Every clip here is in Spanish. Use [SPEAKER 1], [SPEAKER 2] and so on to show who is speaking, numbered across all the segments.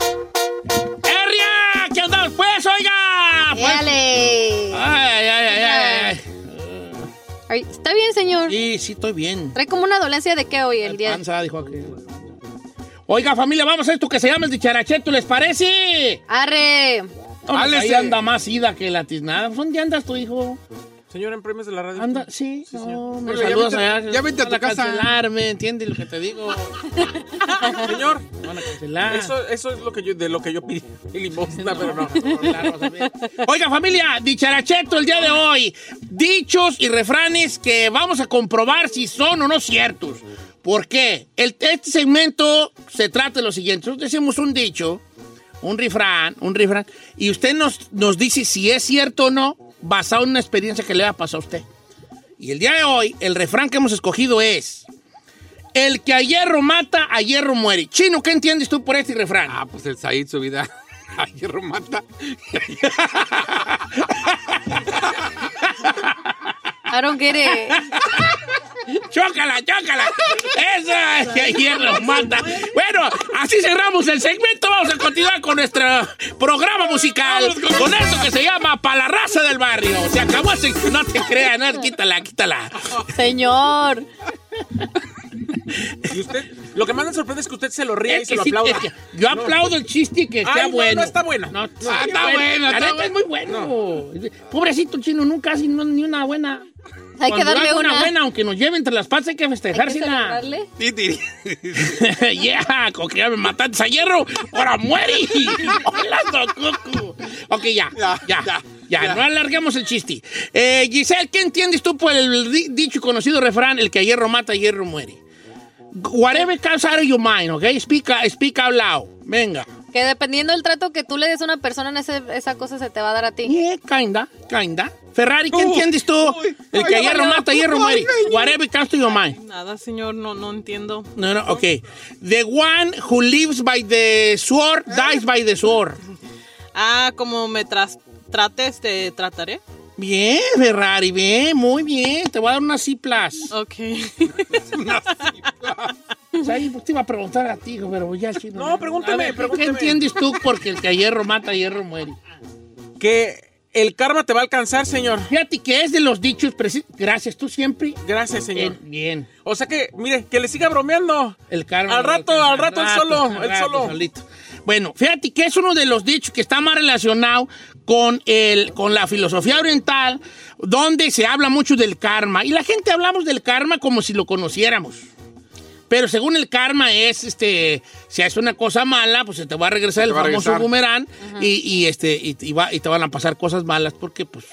[SPEAKER 1] ¡Herria! ¿Qué andamos pues? ¡Oiga! Pues-
[SPEAKER 2] Dale.
[SPEAKER 1] Ay, ay, ay, ay, ay.
[SPEAKER 2] Ay, Está bien, señor.
[SPEAKER 1] Sí, sí, estoy bien.
[SPEAKER 2] Trae como una dolencia de qué hoy el día.
[SPEAKER 1] Panza, dijo aquel. Oiga, familia, vamos a esto que se llama el dicharacheto, ¿les parece?
[SPEAKER 2] Arre.
[SPEAKER 1] Alex
[SPEAKER 3] ahí,
[SPEAKER 1] anda más ida que la tiznada. Pues, ¿Dónde andas tu hijo?
[SPEAKER 3] Señor, en premios de la radio.
[SPEAKER 1] Anda, sí, no, me
[SPEAKER 3] Oiga, ya
[SPEAKER 1] saludas
[SPEAKER 3] vete-
[SPEAKER 1] allá.
[SPEAKER 3] ya vete a
[SPEAKER 1] Van
[SPEAKER 3] tu casa.
[SPEAKER 1] cancelarme, ¿entiendes lo que te digo?
[SPEAKER 3] Señor,
[SPEAKER 1] Me Van a cancelar.
[SPEAKER 3] eso, eso es lo que yo, de lo que yo pedí limosna, pero no.
[SPEAKER 1] Oiga, familia, dicharacheto el día de hoy. Dichos y refranes que vamos a comprobar si son o no ciertos. ¿Por qué? El- este segmento se trata de lo siguiente. Nosotros decimos un dicho, un refrán, un refrán, y usted nos, nos dice si es cierto o no basado en una experiencia que le ha pasado a usted. Y el día de hoy, el refrán que hemos escogido es... El que a hierro mata, a hierro muere. Chino, ¿qué entiendes tú por este refrán?
[SPEAKER 3] Ah, pues el Said, su vida. Ayer mata.
[SPEAKER 2] I don't get it.
[SPEAKER 1] ¡Chócala, chócala! ¡Esa es que hierro mata! Bueno, así cerramos el segmento. Vamos a continuar con nuestro programa musical. Con esto que se llama Pa' la raza del barrio. Se acabó así. No te creas, no, quítala, quítala.
[SPEAKER 2] Señor.
[SPEAKER 3] Y usted, lo que más me sorprende es que usted se lo ríe y
[SPEAKER 1] Es
[SPEAKER 3] se
[SPEAKER 1] que
[SPEAKER 3] lo
[SPEAKER 1] sí,
[SPEAKER 3] aplauda.
[SPEAKER 1] es que yo
[SPEAKER 3] No.
[SPEAKER 1] aplaudo el chiste y que
[SPEAKER 3] Ay,
[SPEAKER 1] está
[SPEAKER 3] no,
[SPEAKER 1] bueno.
[SPEAKER 3] no está bueno.
[SPEAKER 1] No,
[SPEAKER 3] No,
[SPEAKER 1] está,
[SPEAKER 3] está
[SPEAKER 1] bueno.
[SPEAKER 3] bueno,
[SPEAKER 1] La
[SPEAKER 3] está
[SPEAKER 1] neta
[SPEAKER 3] bueno.
[SPEAKER 1] es muy bueno. Pobrecito chino, nunca casi no- ni una buena.
[SPEAKER 2] Hay que
[SPEAKER 1] Cuando
[SPEAKER 2] darle
[SPEAKER 1] haga
[SPEAKER 2] una.
[SPEAKER 1] buena, aunque nos lleve entre las patas, hay que
[SPEAKER 2] Hay que
[SPEAKER 1] festejársela.
[SPEAKER 2] celebrarle.
[SPEAKER 3] Ti, ti.
[SPEAKER 1] yeah, con que ya me mataste a hierro, ahora muere. Hola, don Cucu. Ok, ya, ya,
[SPEAKER 3] Ya,
[SPEAKER 1] ya,
[SPEAKER 3] ya, ya.
[SPEAKER 1] no alargamos el chiste. Eh, Giselle, ¿qué entiendes tú por el di- dicho y conocido refrán, el que a hierro mata, a hierro muere? Whatever comes out of your mind, ok? Speak, speak out loud. Venga.
[SPEAKER 2] Que dependiendo del trato que tú le des a una persona, en ese- esa cosa se te va a dar a ti.
[SPEAKER 1] Yeah, kinda, kinda. Ferrari, ¿qué
[SPEAKER 3] Uy,
[SPEAKER 1] entiendes tú?
[SPEAKER 3] uy,
[SPEAKER 1] el que a
[SPEAKER 3] ay,
[SPEAKER 1] hierro
[SPEAKER 3] ay,
[SPEAKER 1] mata, a hierro
[SPEAKER 3] ay,
[SPEAKER 1] muere.
[SPEAKER 3] ay.
[SPEAKER 1] Whatever comes to your mind.
[SPEAKER 4] Nada, señor, no, no entiendo.
[SPEAKER 1] No, no, ok. The one who lives by the sword dies by the sword.
[SPEAKER 4] Ah, como me tras trates, te trataré.
[SPEAKER 1] Bien, Ferrari, bien, muy bien. Te voy a dar una C. plus.
[SPEAKER 4] Ok. Oh
[SPEAKER 1] O sea, yo te iba a preguntar a ti, pero ya sí.
[SPEAKER 3] No, pregúntame,
[SPEAKER 1] A ver, ¿Qué
[SPEAKER 3] pregúntame.
[SPEAKER 1] entiendes tú porque el que a hierro mata, a hierro muere?
[SPEAKER 3] Que el karma te va a alcanzar, señor.
[SPEAKER 1] Fíjate que es de los dichos preci- Gracias, tú siempre.
[SPEAKER 3] Gracias, señor.
[SPEAKER 1] Bien, bien.
[SPEAKER 3] O sea que, mire, que le siga bromeando.
[SPEAKER 1] El karma.
[SPEAKER 3] Al
[SPEAKER 1] lo
[SPEAKER 3] rato,
[SPEAKER 1] alcanza,
[SPEAKER 3] al rato, él solo,
[SPEAKER 1] al
[SPEAKER 3] él
[SPEAKER 1] rato,
[SPEAKER 3] solo.
[SPEAKER 1] solito. Bueno, fíjate que es uno de los dichos que está más relacionado con, el, con la filosofía oriental, donde se habla mucho del karma. Y la gente hablamos del karma como si lo conociéramos. Pero según el karma es, este, si haces una cosa mala, pues se te va a regresar el
[SPEAKER 3] va a
[SPEAKER 1] famoso
[SPEAKER 3] regresar.
[SPEAKER 1] boomerang y, y, este, y, y va- y te van a pasar cosas malas porque pues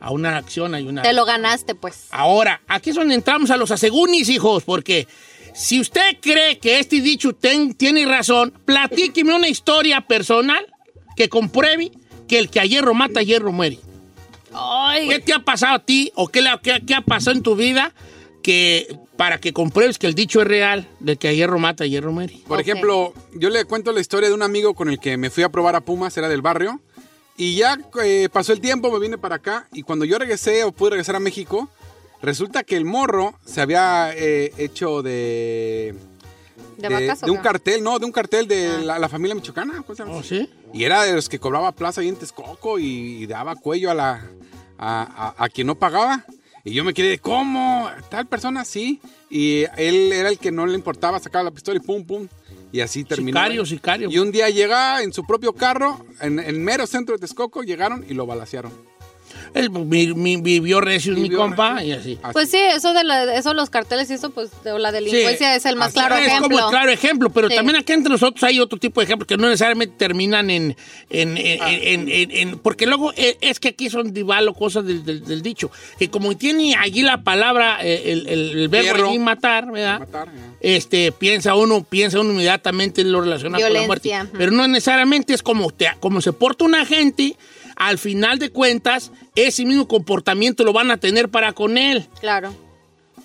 [SPEAKER 1] a una acción hay una...
[SPEAKER 2] Te lo ganaste, pues.
[SPEAKER 1] Ahora, aquí es donde entramos a los asegunis, hijos, porque si usted cree que este dicho ten- tiene razón, platíqueme una historia personal que compruebe que el que a hierro mata, a hierro muere. ¿Qué te ha pasado a ti o qué, le ha- qué- qué ha pasado en tu vida que, para que compruebes que el dicho es real, de que a hierro mata, a hierro muere?
[SPEAKER 5] Por
[SPEAKER 2] Ok.
[SPEAKER 5] ejemplo, yo le cuento la historia de un amigo con el que me fui a probar a Pumas, era del barrio. Y ya eh, pasó el tiempo, me vine para acá. Y cuando yo regresé o pude regresar a México, resulta que el morro se había eh, hecho de.
[SPEAKER 2] ¿De vacas o
[SPEAKER 5] de un
[SPEAKER 2] qué? Ah.
[SPEAKER 5] cartel, no, de un cartel de la, la familia michoacana. ¿cómo se llama?
[SPEAKER 1] ¿Oh, sí?
[SPEAKER 5] Y era de los que cobraba plaza ahí en Texcoco y, y daba cuello a, la, a, a- a quien no pagaba. Y yo me quedé, ¿cómo? Tal persona sí. Y él era el que no le importaba, sacaba la pistola y pum, pum. Y así terminó.
[SPEAKER 1] Sicario, sicario.
[SPEAKER 5] Y un día llega en su propio carro, en, en mero centro de Texcoco, llegaron y lo balacearon.
[SPEAKER 1] Él vi- mi- vivió recio, es mi
[SPEAKER 5] Vivió
[SPEAKER 1] compa,
[SPEAKER 5] recio.
[SPEAKER 1] y así.
[SPEAKER 5] Así.
[SPEAKER 2] Pues sí, eso de la- eso los carteles y eso, pues, de la delincuencia
[SPEAKER 1] Sí,
[SPEAKER 2] es el más
[SPEAKER 5] así
[SPEAKER 2] claro
[SPEAKER 1] es
[SPEAKER 2] ejemplo.
[SPEAKER 1] como el claro ejemplo, pero
[SPEAKER 2] Sí.
[SPEAKER 1] también aquí entre nosotros hay otro tipo de ejemplos que no necesariamente terminan en... en, en-
[SPEAKER 5] Ah.
[SPEAKER 1] en- en- en- porque luego eh, es que aquí son divalo cosas del, del- del dicho, que como tiene allí la palabra, eh, el, el- el verbo
[SPEAKER 5] Hierro.
[SPEAKER 1] allí matar, ¿verdad?
[SPEAKER 5] Matar, eh.
[SPEAKER 1] Este, piensa uno, piensa uno inmediatamente lo relaciona con la muerte.
[SPEAKER 2] Violencia, ajá.
[SPEAKER 1] Pero no necesariamente es como, te- como se porta un agente, al final de cuentas, ese mismo comportamiento lo van a tener para con él.
[SPEAKER 2] Claro.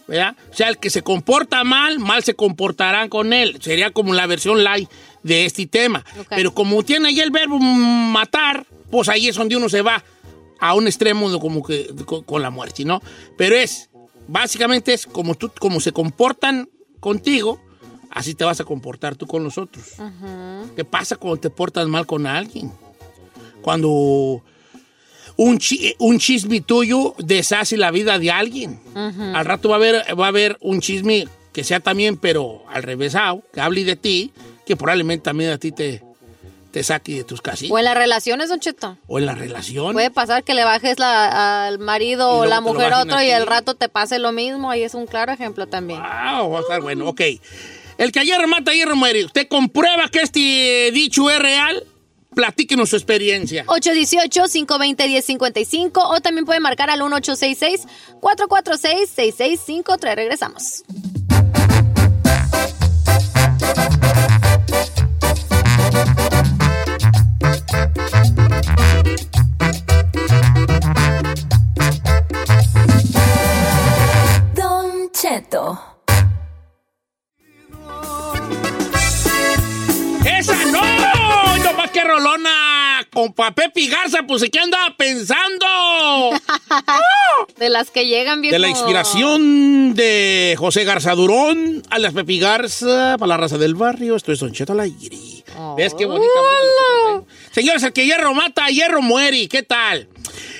[SPEAKER 1] ¿verdad? O sea, el que se comporta mal, mal se comportarán con él. Sería como la versión light de este tema.
[SPEAKER 2] Ok.
[SPEAKER 1] Pero como tiene ahí el verbo mm, matar, pues ahí es donde uno se va a un extremo de como que de co- con la muerte, ¿no? Pero es, básicamente es como tú, como se comportan contigo, así te vas a comportar tú con los otros. ¿Qué pasa cuando te portas mal con alguien? Cuando un, chi- un chisme tuyo deshace la vida de alguien. Al rato va a, haber, va a haber un chisme que sea también, pero al revésado, que hable de ti, que probablemente también a ti te, te saque de tus casillas.
[SPEAKER 2] O en las relaciones, Don Cheto.
[SPEAKER 1] o en la relación.
[SPEAKER 2] Puede pasar que le bajes la- al marido
[SPEAKER 1] Y
[SPEAKER 2] o la
[SPEAKER 1] luego te lo
[SPEAKER 2] mujer a
[SPEAKER 1] bajen
[SPEAKER 2] otro
[SPEAKER 1] a
[SPEAKER 2] y
[SPEAKER 1] ti.
[SPEAKER 2] al rato te pase lo mismo. Ahí es un claro ejemplo también.
[SPEAKER 1] Ah, va a estar bueno, ok. El que ayer mata, ayer muere. ¿Usted comprueba que este dicho es real? Platíquenos su experiencia.
[SPEAKER 2] 818-520-1055 o también puede marcar al 1866-446-6653. Regresamos.
[SPEAKER 6] Don Cheto.
[SPEAKER 1] ¡Esa no! ¡No más que rolona! Con papel Garza, pues ¿qué andaba pensando?
[SPEAKER 2] De las que llegan bien.
[SPEAKER 1] De la inspiración de José Garza Durón a las Pepi Garza, para la raza del barrio. Esto es Don Cheto al aire. ¿Ves qué bonita? voz? Señores, el que hierro mata, hierro muere. ¿Qué tal?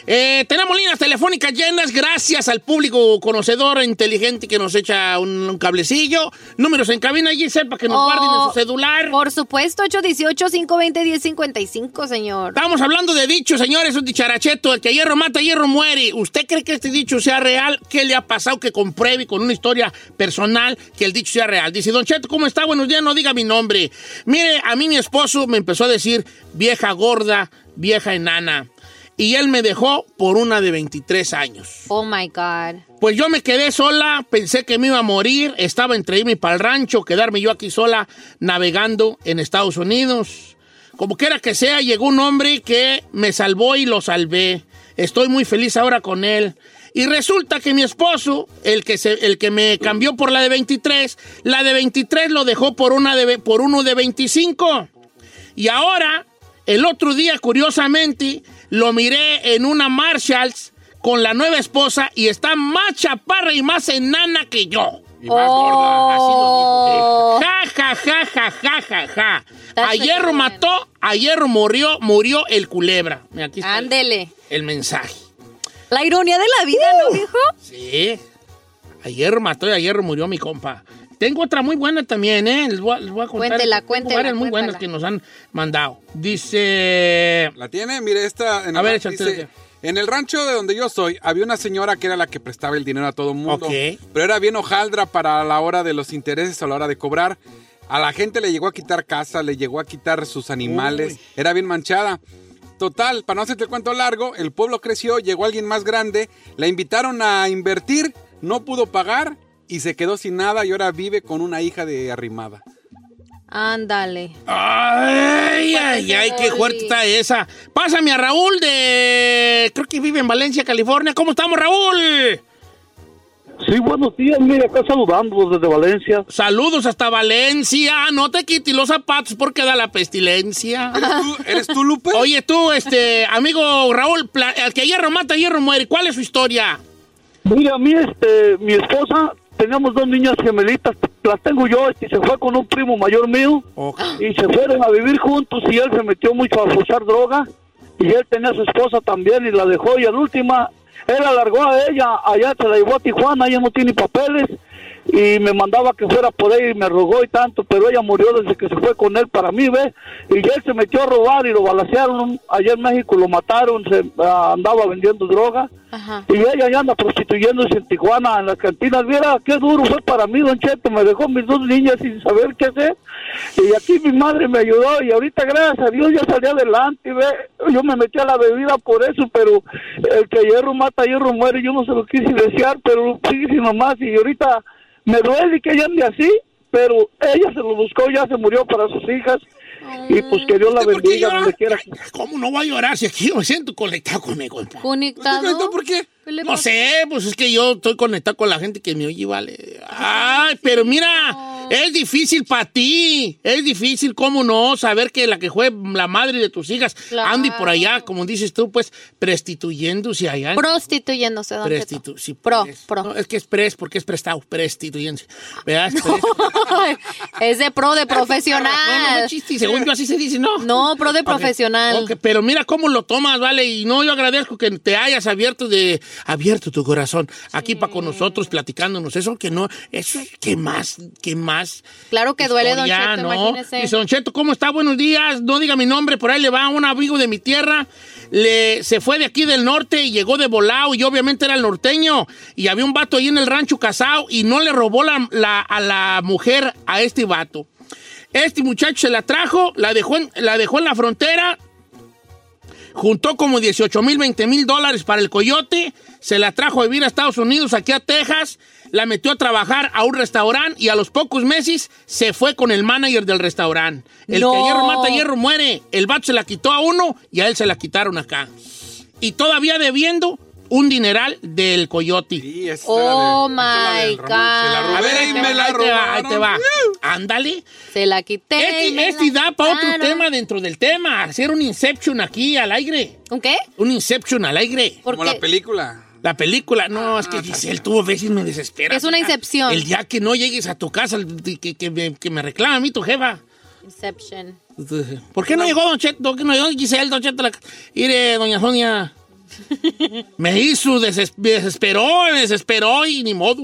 [SPEAKER 1] Eh, tenemos líneas telefónicas llenas gracias al público conocedor e inteligente que nos echa un, un cablecillo. Números en cabina, Giselle, para que nos
[SPEAKER 2] Oh.
[SPEAKER 1] guarden en su celular.
[SPEAKER 2] Por supuesto, 818-520-1055, señor.
[SPEAKER 1] Estamos hablando de dicho, señores, un dicharacheto. El que hierro mata, hierro muere. ¿Usted cree que este dicho sea real? ¿Qué le ha pasado que compruebe con una historia personal que el dicho sea real? Dice, Don Cheto, ¿cómo está? Buenos días, no diga mi nombre. Mire, a mí mi esposo me empezó a decir vieja gorda, vieja enana. Y él me dejó por una de 23 años.
[SPEAKER 2] Oh my God.
[SPEAKER 1] Pues yo me quedé sola, pensé que me iba a morir, estaba entre irme para el rancho, quedarme yo aquí sola navegando en Estados Unidos. Como quiera que sea, llegó un hombre que me salvó y lo salvé. Estoy muy feliz ahora con él. Y resulta que mi esposo, el que, se- el que me cambió por la de 23, la de 23 lo dejó por, una de, ve- por uno de 25. Y ahora, el otro día, curiosamente, lo miré en una Marshalls con la nueva esposa y está más chaparra y más enana que yo.
[SPEAKER 5] Y más gorda.
[SPEAKER 1] Así lo
[SPEAKER 2] Oh.
[SPEAKER 1] dijo. Ja, ja, ja, ja, ja, ja, ja.
[SPEAKER 2] That's
[SPEAKER 1] A hierro
[SPEAKER 2] the man.
[SPEAKER 1] mató, a hierro murió, murió el culebra. Mira, aquí está el-
[SPEAKER 2] Ándele.
[SPEAKER 1] el mensaje.
[SPEAKER 2] La ironía de la vida,
[SPEAKER 1] Uh.
[SPEAKER 2] ¿no, viejo?
[SPEAKER 1] Sí. Ayer mató y ayer murió mi compa. Tengo otra muy buena también, ¿eh? Les voy a, les voy a contar.
[SPEAKER 2] Cuéntela,
[SPEAKER 1] Tengo
[SPEAKER 2] cuéntela,
[SPEAKER 1] varias muy
[SPEAKER 2] cuéntala.
[SPEAKER 1] buenas que nos han mandado. Dice...
[SPEAKER 5] ¿La tiene? Mire, esta. En
[SPEAKER 1] A
[SPEAKER 5] el
[SPEAKER 1] ver,
[SPEAKER 5] ra-
[SPEAKER 1] échate,
[SPEAKER 5] dice,
[SPEAKER 1] échate.
[SPEAKER 5] En el rancho de donde yo soy, había una señora que era la que prestaba el dinero a todo mundo.
[SPEAKER 1] Ok.
[SPEAKER 5] Pero era bien hojaldra para la hora de los intereses, a la hora de cobrar. A la gente le llegó a quitar casa, le llegó a quitar sus animales.
[SPEAKER 1] Uy.
[SPEAKER 5] Era bien manchada. Total, para no hacerte el cuento largo, el pueblo creció, llegó alguien más grande, la invitaron a invertir, no pudo pagar y se quedó sin nada y ahora vive con una hija de arrimada.
[SPEAKER 2] Ándale.
[SPEAKER 1] Ay, ay, ay, qué fuerte está esa. Pásame a Raúl de... Creo que vive en Valencia, California. ¿Cómo estamos, Raúl?
[SPEAKER 7] Sí, buenos días, mire, acá saludándolos desde Valencia.
[SPEAKER 1] Saludos hasta Valencia. No te quites los zapatos porque da la pestilencia.
[SPEAKER 5] ¿Tú- ¿Eres tú, Lupe?
[SPEAKER 1] Oye, tú, este, amigo Raúl, pla- al que hierro mata, hierro muere. ¿Cuál es su historia?
[SPEAKER 7] Mira, a mí, este, mi esposa, teníamos dos niñas gemelitas, las tengo yo, y se fue con un primo mayor mío, y se fueron a vivir juntos, y él se metió mucho a usar droga, y él tenía a su esposa también, y la dejó, y al última, él alargó a ella, allá se la llevó a Tijuana, ella no tiene papeles, y me mandaba que fuera por ella y me rogó y tanto, pero ella murió desde que se fue con él para mí, ¿ves? Y él se metió a robar y lo balacearon allá en México, lo mataron, se ah, andaba vendiendo droga
[SPEAKER 2] Ajá.
[SPEAKER 7] y ella ya anda prostituyéndose en Tijuana, en las cantinas. Viera qué duro fue para mí, Don Cheto, me dejó mis dos niñas sin saber qué hacer. Y aquí mi madre me ayudó y ahorita, gracias a Dios, ya salí adelante. ve. Yo me metí a la bebida por eso, pero el que hierro mata, hierro muere. Yo no se lo quise desear, pero sigue sin nomás. Y ahorita me duele que ella ande así, pero ella se lo buscó, ya se murió para sus hijas. Y pues que Dios la
[SPEAKER 1] ¿Por qué
[SPEAKER 7] bendiga
[SPEAKER 1] llora?
[SPEAKER 7] donde quiera.
[SPEAKER 1] ¿Cómo no voy a llorar si aquí me siento conectado con mi compa?
[SPEAKER 2] Conectado.
[SPEAKER 5] ¿Por qué?
[SPEAKER 2] ¿Qué le
[SPEAKER 1] No
[SPEAKER 2] pasa?
[SPEAKER 1] sé, pues es que yo estoy conectado con la gente que me oye, vale. Ay, pero mira, es difícil para ti. Es difícil, cómo no, saber que la que fue la madre de tus hijas
[SPEAKER 2] Claro.
[SPEAKER 1] ande por allá, como dices tú, pues, prostituyéndose allá.
[SPEAKER 2] Prostituyéndose, don
[SPEAKER 1] Prestitu-
[SPEAKER 2] Cheto.
[SPEAKER 1] sí,
[SPEAKER 2] Pro,
[SPEAKER 1] es-
[SPEAKER 2] pro.
[SPEAKER 1] no, es que es pres, porque es prestado, prostituyéndose. ¿Verdad? Es pres-
[SPEAKER 2] es de pro, de
[SPEAKER 1] No, no, no
[SPEAKER 2] profesional.
[SPEAKER 1] es chiste, y según yo así se dice, ¿no?
[SPEAKER 2] No, pro de profesional.
[SPEAKER 1] Ok, pero mira cómo lo tomas, ¿vale? Y no, yo agradezco que te hayas abierto de abierto tu corazón aquí para con nosotros platicándonos. Eso que no, eso es que más, que más.
[SPEAKER 2] Claro que duele, don
[SPEAKER 1] historia,
[SPEAKER 2] Cheto,
[SPEAKER 1] Pues, ¿no?
[SPEAKER 2] imagínese.
[SPEAKER 1] Dice, don Cheto, ¿cómo está? Buenos días. No diga mi nombre, por ahí le va un amigo de mi tierra. Le, se fue de aquí del norte y llegó de volado y obviamente era el norteño. Y había un vato ahí en el rancho casado y no le robó la- la- a la mujer a este vato. Este muchacho se la trajo, la dejó en, la dejó en la frontera, juntó como 18 mil, 20 mil dólares para el coyote, se la trajo a vivir a Estados Unidos, aquí a Texas, la metió a trabajar a un restaurante y a los pocos meses se fue con el manager del restaurante. El
[SPEAKER 2] No.
[SPEAKER 1] que hierro mata, hierro muere. El vato se la quitó a uno y a él se la quitaron acá. Y todavía debiendo un dineral del coyote.
[SPEAKER 5] Sí, esta
[SPEAKER 2] Oh
[SPEAKER 5] de- esta
[SPEAKER 2] my
[SPEAKER 5] del Ramón. Se la
[SPEAKER 2] God.
[SPEAKER 5] robé
[SPEAKER 1] Ah, A ver,
[SPEAKER 5] y
[SPEAKER 1] ahí te
[SPEAKER 5] me
[SPEAKER 1] va,
[SPEAKER 5] la
[SPEAKER 1] ahí te va, ahí te va.
[SPEAKER 5] robaron.
[SPEAKER 1] Ándale.
[SPEAKER 2] Se la quité.
[SPEAKER 1] Este, este da para otro
[SPEAKER 2] Claro.
[SPEAKER 1] tema dentro del tema. Hacer un Inception aquí al aire.
[SPEAKER 2] ¿Un qué?
[SPEAKER 1] Un Inception al aire.
[SPEAKER 2] ¿Por
[SPEAKER 5] Como Ah,
[SPEAKER 2] qué?
[SPEAKER 5] la película.
[SPEAKER 1] La película, no, es que Giselle, tú a veces me desespera.
[SPEAKER 2] Es una incepción.
[SPEAKER 1] El día que no llegues a tu casa, el di- que, que me, que me reclama a mí tu jefa.
[SPEAKER 2] Inception.
[SPEAKER 1] ¿Por qué no llegó Don Cheto? ¿Por qué no llegó Giselle, Don Cheto? La- Mire, Doña Sonia. Me hizo, deses- me desesperó, me desesperó y ni modo.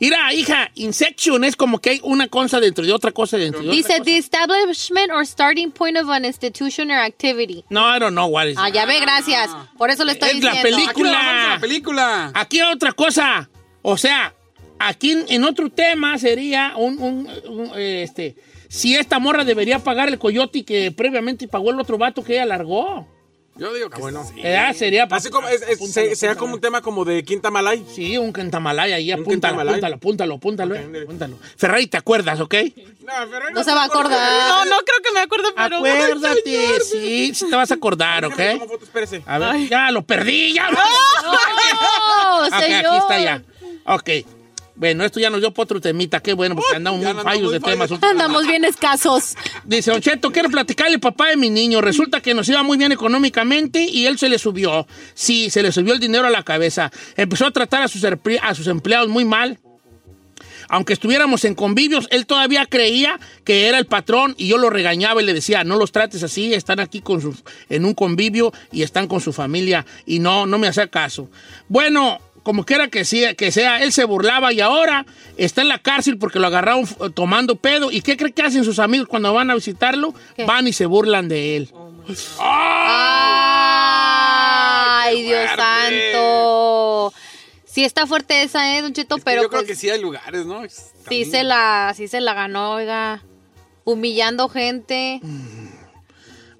[SPEAKER 1] Mira, hija, Inception es como que hay una cosa dentro de otra cosa dentro de otra
[SPEAKER 2] Dice,
[SPEAKER 1] cosa.
[SPEAKER 2] the establishment or starting point of an institution or activity.
[SPEAKER 1] No, I don't know what is
[SPEAKER 2] Ah, ya ve, gracias. Por eso le estoy
[SPEAKER 1] Es la
[SPEAKER 2] diciendo. Ah,
[SPEAKER 1] película.
[SPEAKER 5] Aquí la robamos en la película.
[SPEAKER 1] Aquí otra cosa. O sea, aquí en- en otro tema sería un, un- un, eh, este, si esta morra debería pagar el coyote que previamente pagó el otro vato que ella alargó.
[SPEAKER 5] Yo digo que bueno.
[SPEAKER 1] Eh, sería
[SPEAKER 3] Ah, Así como, es, es- se- sea como un tema como de Quinta Malay.
[SPEAKER 1] Sí, un cantamalay ahí, apúntalo,
[SPEAKER 3] cantamalay.
[SPEAKER 1] apúntalo, apúntalo, apúntalo, eh, apúntalo. Ferrari, ¿te acuerdas, ok?
[SPEAKER 2] No se va a acordar.
[SPEAKER 4] No, no creo que me acuerde, pero.
[SPEAKER 1] Acuérdate, sí, sí te vas a acordar, ok.
[SPEAKER 3] Déjame tomo
[SPEAKER 5] Pues
[SPEAKER 3] fotos, espérese.
[SPEAKER 1] A ver, ya lo perdí, ya lo
[SPEAKER 2] No,
[SPEAKER 1] Ok,
[SPEAKER 2] señor.
[SPEAKER 1] aquí está ya. Ok. Bueno, esto ya nos dio por otro temita. Qué bueno, porque andamos muy fallos de temas. últimamente.
[SPEAKER 2] Andamos bien escasos.
[SPEAKER 1] Dice, Don Cheto, quiero platicarle, papá de mi niño. Resulta que nos iba muy bien económicamente y él se le subió. Sí, se le subió el dinero a la cabeza. Empezó a tratar a sus, erpli- a sus empleados muy mal. Aunque estuviéramos en convivios, él todavía creía que era el patrón y yo lo regañaba y le decía, no los trates así, están aquí con su, en un convivio y están con su familia y no, no me hacía caso. Bueno, como quiera que sea, que sea, él se burlaba y ahora está en la cárcel porque lo agarraron eh, tomando pedo. ¿Y qué cree que hacen sus amigos cuando van a visitarlo?
[SPEAKER 2] ¿Qué?
[SPEAKER 1] Van y se burlan de él. ¡Ah!
[SPEAKER 2] Ay, Dios santo. Sí está fuerte esa, eh, Don Cheto,
[SPEAKER 5] Pero
[SPEAKER 2] pero
[SPEAKER 5] yo creo
[SPEAKER 2] pues,
[SPEAKER 5] que sí hay lugares, ¿no?
[SPEAKER 2] sí se la, sí se la ganó, oiga. Humillando gente.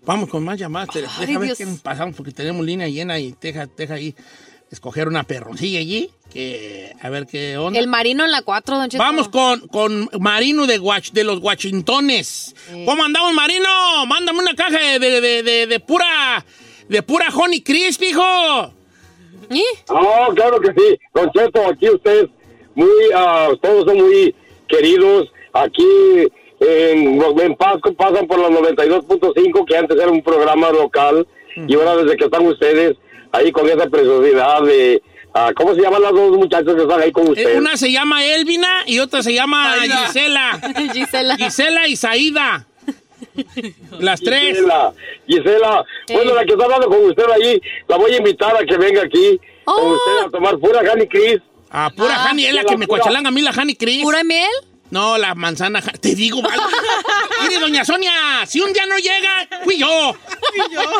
[SPEAKER 1] Vamos con más llamadas. Te-
[SPEAKER 2] Ay,
[SPEAKER 1] Deja ver
[SPEAKER 2] Dios.
[SPEAKER 1] quién pasamos porque tenemos línea llena y deja, deja ahí escoger una perroncilla allí. Que, a ver qué onda.
[SPEAKER 2] El marino en la 4, Don Cheto.
[SPEAKER 1] Vamos con, con Marino de, Guach- de los Washingtones. ¿Cómo andamos, Marino? Mándame una caja de, de- de- de- de pura de pura Honey Crisp, hijo.
[SPEAKER 2] ¿Y?
[SPEAKER 6] No, claro que sí. Concepto, aquí ustedes, muy, ah, todos son muy queridos. Aquí en, en Pasco pasan por la 92.5, que antes era un programa local, y ahora desde que están ustedes ahí con esa preciosidad de. ah, ¿Cómo se llaman las dos muchachas que están ahí con
[SPEAKER 1] Eh,
[SPEAKER 6] ustedes?
[SPEAKER 1] Una se llama Elvina y otra se llama
[SPEAKER 5] Saída.
[SPEAKER 1] Gisela.
[SPEAKER 2] Gisela.
[SPEAKER 1] Gisela y Saida. Las tres.
[SPEAKER 6] Gisela, Gisela, bueno,
[SPEAKER 2] Eh.
[SPEAKER 6] la que está hablando con usted allí, la voy a invitar a que venga aquí con
[SPEAKER 2] Oh.
[SPEAKER 6] usted a tomar pura Honey Crisp.
[SPEAKER 1] Ah, pura
[SPEAKER 2] Ah.
[SPEAKER 1] Hani, es la que me coachalanga a mí, la Hani Cris.
[SPEAKER 2] ¿Pura miel?
[SPEAKER 1] No, la manzana, Ja- te digo, vale. Mire, doña Sonia, si un día no llega, fui yo.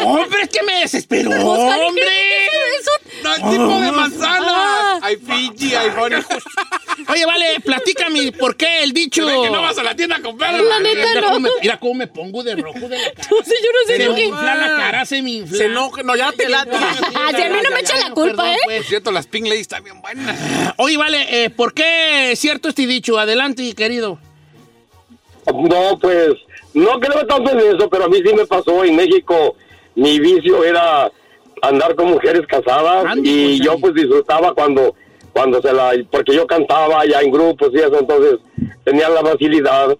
[SPEAKER 1] Hombre, es que me desesperó,
[SPEAKER 2] Ojalá.
[SPEAKER 1] hombre.
[SPEAKER 2] Eso-
[SPEAKER 5] No, el tipo de manzanas. Hay Fiji, hay honey.
[SPEAKER 1] Oye, vale, platícame por qué el dicho.
[SPEAKER 5] Ve que no vas a la tienda a comprarla.
[SPEAKER 2] La neta
[SPEAKER 1] Mira
[SPEAKER 2] no.
[SPEAKER 1] cómo me, mira cómo me pongo de rojo de la cara.
[SPEAKER 2] No sé, yo no sé
[SPEAKER 1] Se
[SPEAKER 2] lo
[SPEAKER 1] me
[SPEAKER 2] que.
[SPEAKER 1] infla la cara, se me infla.
[SPEAKER 3] Se enoja. No, ya te late.
[SPEAKER 2] Ah, si a mí no me echa la culpa,
[SPEAKER 1] perdón,
[SPEAKER 2] ¿eh?
[SPEAKER 5] Por cierto, las Pink Lady están bien buenas.
[SPEAKER 1] pues. Oye, vale, eh, ¿por qué es cierto este dicho? Adelante, querido.
[SPEAKER 6] No, pues no creo tanto en eso, pero a mí sí me pasó en México. Mi vicio era andar con mujeres casadas
[SPEAKER 1] Andy,
[SPEAKER 6] y
[SPEAKER 1] pues,
[SPEAKER 6] yo
[SPEAKER 1] ahí.
[SPEAKER 6] pues disfrutaba cuando cuando se la porque yo cantaba ya en grupos y eso, entonces tenía la facilidad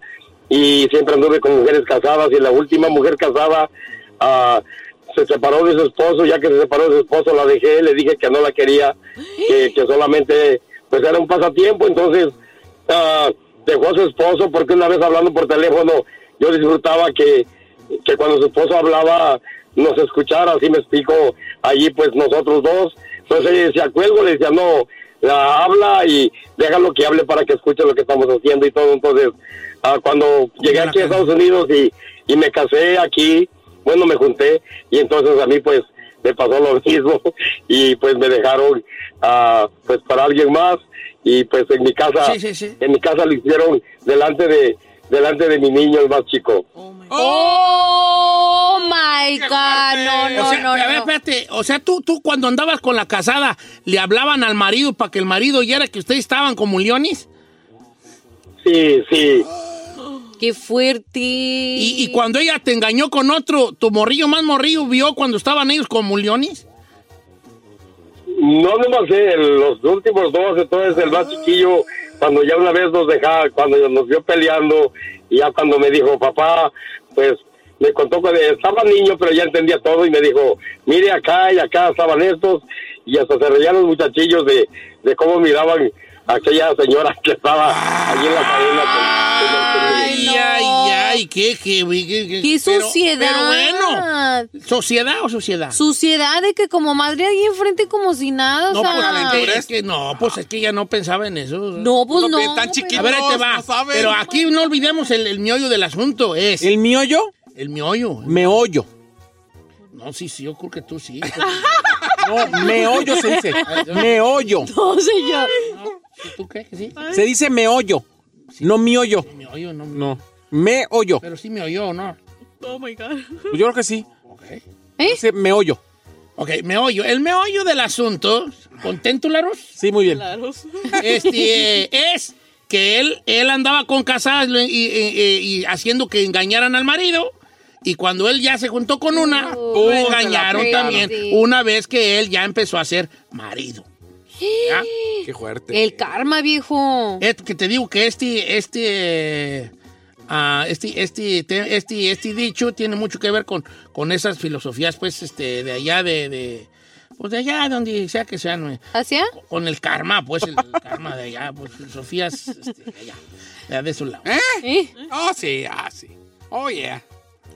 [SPEAKER 6] y siempre anduve con mujeres casadas y la última mujer casada ah, se separó de su esposo, ya que se separó de su esposo la dejé, le dije que no la quería, que, que solamente pues era un pasatiempo, entonces ah, dejó a su esposo porque una vez hablando por teléfono yo disfrutaba que, que cuando su esposo hablaba nos escuchara, así me explico, allí pues nosotros dos, entonces ella decía cuelgo, le decía no, la habla y déjalo que hable para que escuche lo que estamos haciendo y todo, entonces ah, cuando llegué
[SPEAKER 1] la
[SPEAKER 6] aquí a
[SPEAKER 1] cara.
[SPEAKER 6] Estados Unidos y, y me casé aquí, bueno me junté y entonces a mí pues me pasó lo mismo y pues me dejaron ah, pues para alguien más y pues en mi casa
[SPEAKER 1] Sí, sí, sí.
[SPEAKER 6] en mi casa lo hicieron delante de delante de mi niño el más chico
[SPEAKER 2] Oh my God. No,
[SPEAKER 1] o
[SPEAKER 2] no,
[SPEAKER 1] sea,
[SPEAKER 2] no.
[SPEAKER 1] a ver,
[SPEAKER 2] no.
[SPEAKER 1] espérate. O sea, tú, tú cuando andabas con la casada, ¿le hablaban al marido para que el marido oyera que ustedes estaban como leones?
[SPEAKER 6] sí sí
[SPEAKER 2] Qué fuerte.
[SPEAKER 1] Y, y cuando ella te engañó con otro, tu morrillo más morrillo vio cuando estaban ellos como leones.
[SPEAKER 6] no nomás él, los últimos dos entonces el más chiquillo cuando ya una vez nos dejaba cuando nos vio peleando y ya cuando me dijo papá pues me contó que estaba niño pero ya entendía todo y me dijo mire acá y acá estaban estos y hasta se reían los muchachillos de, de cómo miraban a aquella señora que estaba allí en la cadena con- con el peludo.
[SPEAKER 2] Ay, no.
[SPEAKER 1] ay, ay, qué, qué, qué,
[SPEAKER 2] Qué
[SPEAKER 1] pero-
[SPEAKER 2] suciedad.
[SPEAKER 1] Pero bueno, ¿sociedad o sociedad?
[SPEAKER 2] Suciedad de que como madre ahí enfrente como si nada.
[SPEAKER 1] no,
[SPEAKER 2] o sea.
[SPEAKER 1] pues, es que- es que, no, pues es que ella no pensaba en eso.
[SPEAKER 2] No, pues no. pero-
[SPEAKER 5] tan chiquito.
[SPEAKER 1] A ver, ahí te va.
[SPEAKER 5] No saben.
[SPEAKER 1] Pero ah, aquí no olvidemos el, el miollo del asunto. Es el,
[SPEAKER 3] El mío yo
[SPEAKER 1] miollo.
[SPEAKER 3] me hoyo.
[SPEAKER 1] No, sí, sí, yo creo que tú sí.
[SPEAKER 3] No, me hoyo se dice. Me hoyo.
[SPEAKER 2] No, señor.
[SPEAKER 1] ¿Tú crees que sí?
[SPEAKER 3] Se dice me hoyo. No mi hoyo.
[SPEAKER 1] Miollo, no.
[SPEAKER 3] No. Me hoyo.
[SPEAKER 1] Pero sí me oyó, ¿no?
[SPEAKER 4] Oh my God.
[SPEAKER 3] Pues yo creo que sí.
[SPEAKER 1] Ok.
[SPEAKER 2] ¿Eh?
[SPEAKER 3] Dice me hoyo.
[SPEAKER 1] Ok, meollo. El meollo del asunto, conténtularos,
[SPEAKER 3] Sí, muy bien.
[SPEAKER 4] Claros.
[SPEAKER 1] este, eh, es que él, él andaba con casadas lo- y, y- y- y haciendo que engañaran al marido. Y cuando él ya se juntó con una, lo
[SPEAKER 3] se la
[SPEAKER 1] engañaron
[SPEAKER 2] aplicaron.
[SPEAKER 1] también.
[SPEAKER 2] Sí.
[SPEAKER 1] Una vez que él ya empezó a ser marido. ¿Ya?
[SPEAKER 5] Qué fuerte.
[SPEAKER 2] El karma, viejo.
[SPEAKER 1] Et- que te digo que este, este, eh, ah, este, este, te- este, este dicho tiene mucho que ver con, con esas filosofías, pues, este, de allá, de, de, pues, de allá, donde sea que sean, eh,
[SPEAKER 2] ¿Hacia?
[SPEAKER 1] con el karma, pues, el, el karma de allá, pues, filosofías, este, de allá, de, de su lado.
[SPEAKER 2] ¿Eh?
[SPEAKER 5] Oh, sí, ah, sí. Oh, yeah.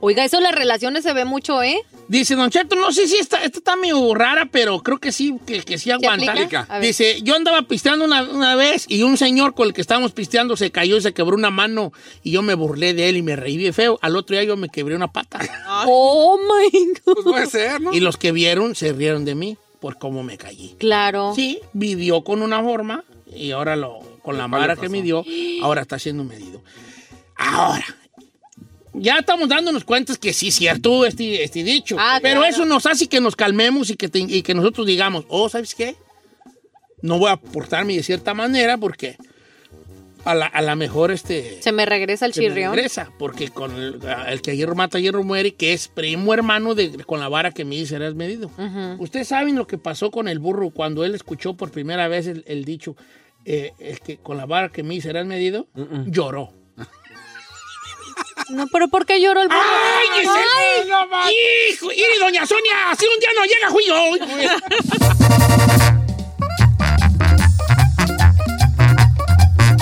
[SPEAKER 2] Oiga, eso en las relaciones se ve mucho, ¿eh?
[SPEAKER 1] Dice, Don Cheto, no sé si esta, esta está medio rara, pero creo que sí, que, que sí aguanta.
[SPEAKER 2] aplica? A ver.
[SPEAKER 1] Dice, yo andaba pisteando una, una vez y un señor con el que estábamos pisteando se cayó y se quebró una mano y yo me burlé de él y me reí bien feo. Al otro día yo me quebré una pata.
[SPEAKER 2] Oh my
[SPEAKER 5] Pues
[SPEAKER 2] God.
[SPEAKER 5] puede ser, ¿no?
[SPEAKER 1] y los que vieron se rieron de mí por cómo me caí.
[SPEAKER 2] Claro.
[SPEAKER 1] Sí, vivió con una forma y ahora lo, con la
[SPEAKER 5] cual le
[SPEAKER 1] vara que
[SPEAKER 5] pasó?
[SPEAKER 1] midió, ahora está siendo medido. Ahora, ya estamos dándonos cuenta que sí es cierto este, este dicho,
[SPEAKER 2] Ah,
[SPEAKER 1] pero
[SPEAKER 2] claro.
[SPEAKER 1] eso nos hace que nos calmemos y que, te- y que nosotros digamos, oh, ¿sabes qué? No voy a portarme de cierta manera porque a la, a la mejor este...
[SPEAKER 2] Se me regresa el
[SPEAKER 1] se me
[SPEAKER 2] chirrión.
[SPEAKER 1] regresa, porque con el, el que hierro mata, hierro muere, que es primo hermano de, con la vara que mide serás medido.
[SPEAKER 2] Ujú.
[SPEAKER 1] Ustedes saben lo que pasó con el burro cuando él escuchó por primera vez el, el dicho, eh, el que con la vara que me serás medido, lloró.
[SPEAKER 2] No, pero ¿por qué lloró el burro?
[SPEAKER 1] ¡Ay, Gisela! ¡Hijo! ¡Y doña Sonia! ¡Si un día no llega, fui yo!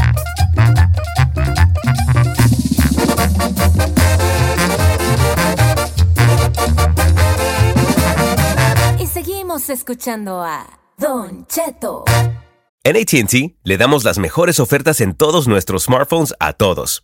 [SPEAKER 8] Y seguimos escuchando a Don Cheto. En ATT le damos las mejores ofertas en todos nuestros smartphones a todos.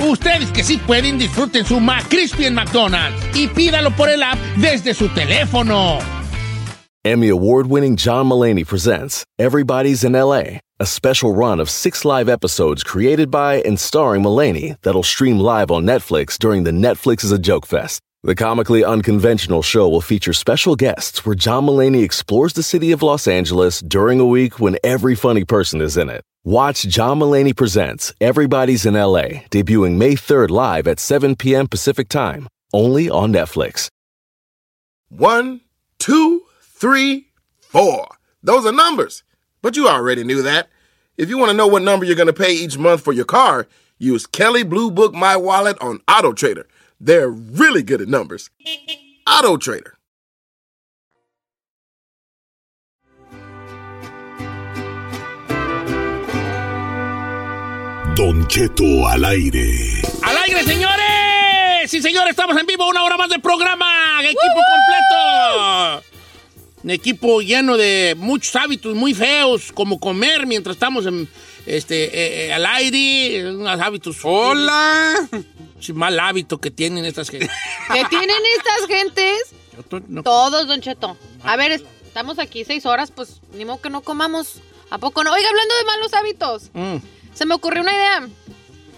[SPEAKER 1] Ustedes que sí pueden, disfruten su McCrispy en McDonald's y pídalo por el app desde su teléfono.
[SPEAKER 9] Emmy award winning John Mullaney presents Everybody's in LA, a special run of six live episodes created by and starring Mullaney that'll stream live on Netflix during the Netflix is a Joke Fest. The comically unconventional show will feature special guests where John Mullaney explores the city of Los Angeles during a week when every funny person is in it. Watch John Mullaney Presents Everybody's in LA, debuting May 3rd live at 7 p.m. Pacific Time, only on Netflix.
[SPEAKER 10] One, two, three, four. Those are numbers. But you already knew that. If you want to know what number you're going to pay each month for your car, use Kelly Blue Book My Wallet on Auto Trader. They're really good at numbers. Auto Trader.
[SPEAKER 11] Don Cheto al aire.
[SPEAKER 1] ¡Al aire, señores! Sí, señores, estamos en vivo, una hora más del programa. Equipo completo. Un equipo lleno de muchos hábitos muy feos, como comer mientras estamos en, este, eh, eh, al aire, unos hábitos. ¡Hola! mal hábito que tienen estas gente.
[SPEAKER 2] ¿Qué tienen estas gentes?
[SPEAKER 1] Yo to- no-
[SPEAKER 2] Todos, Don Cheto.
[SPEAKER 3] Ah.
[SPEAKER 2] A ver, es- estamos aquí seis horas, pues ni modo que no comamos. ¿A poco no? Oiga, hablando de malos hábitos,
[SPEAKER 1] Mm.
[SPEAKER 2] se me ocurrió una idea.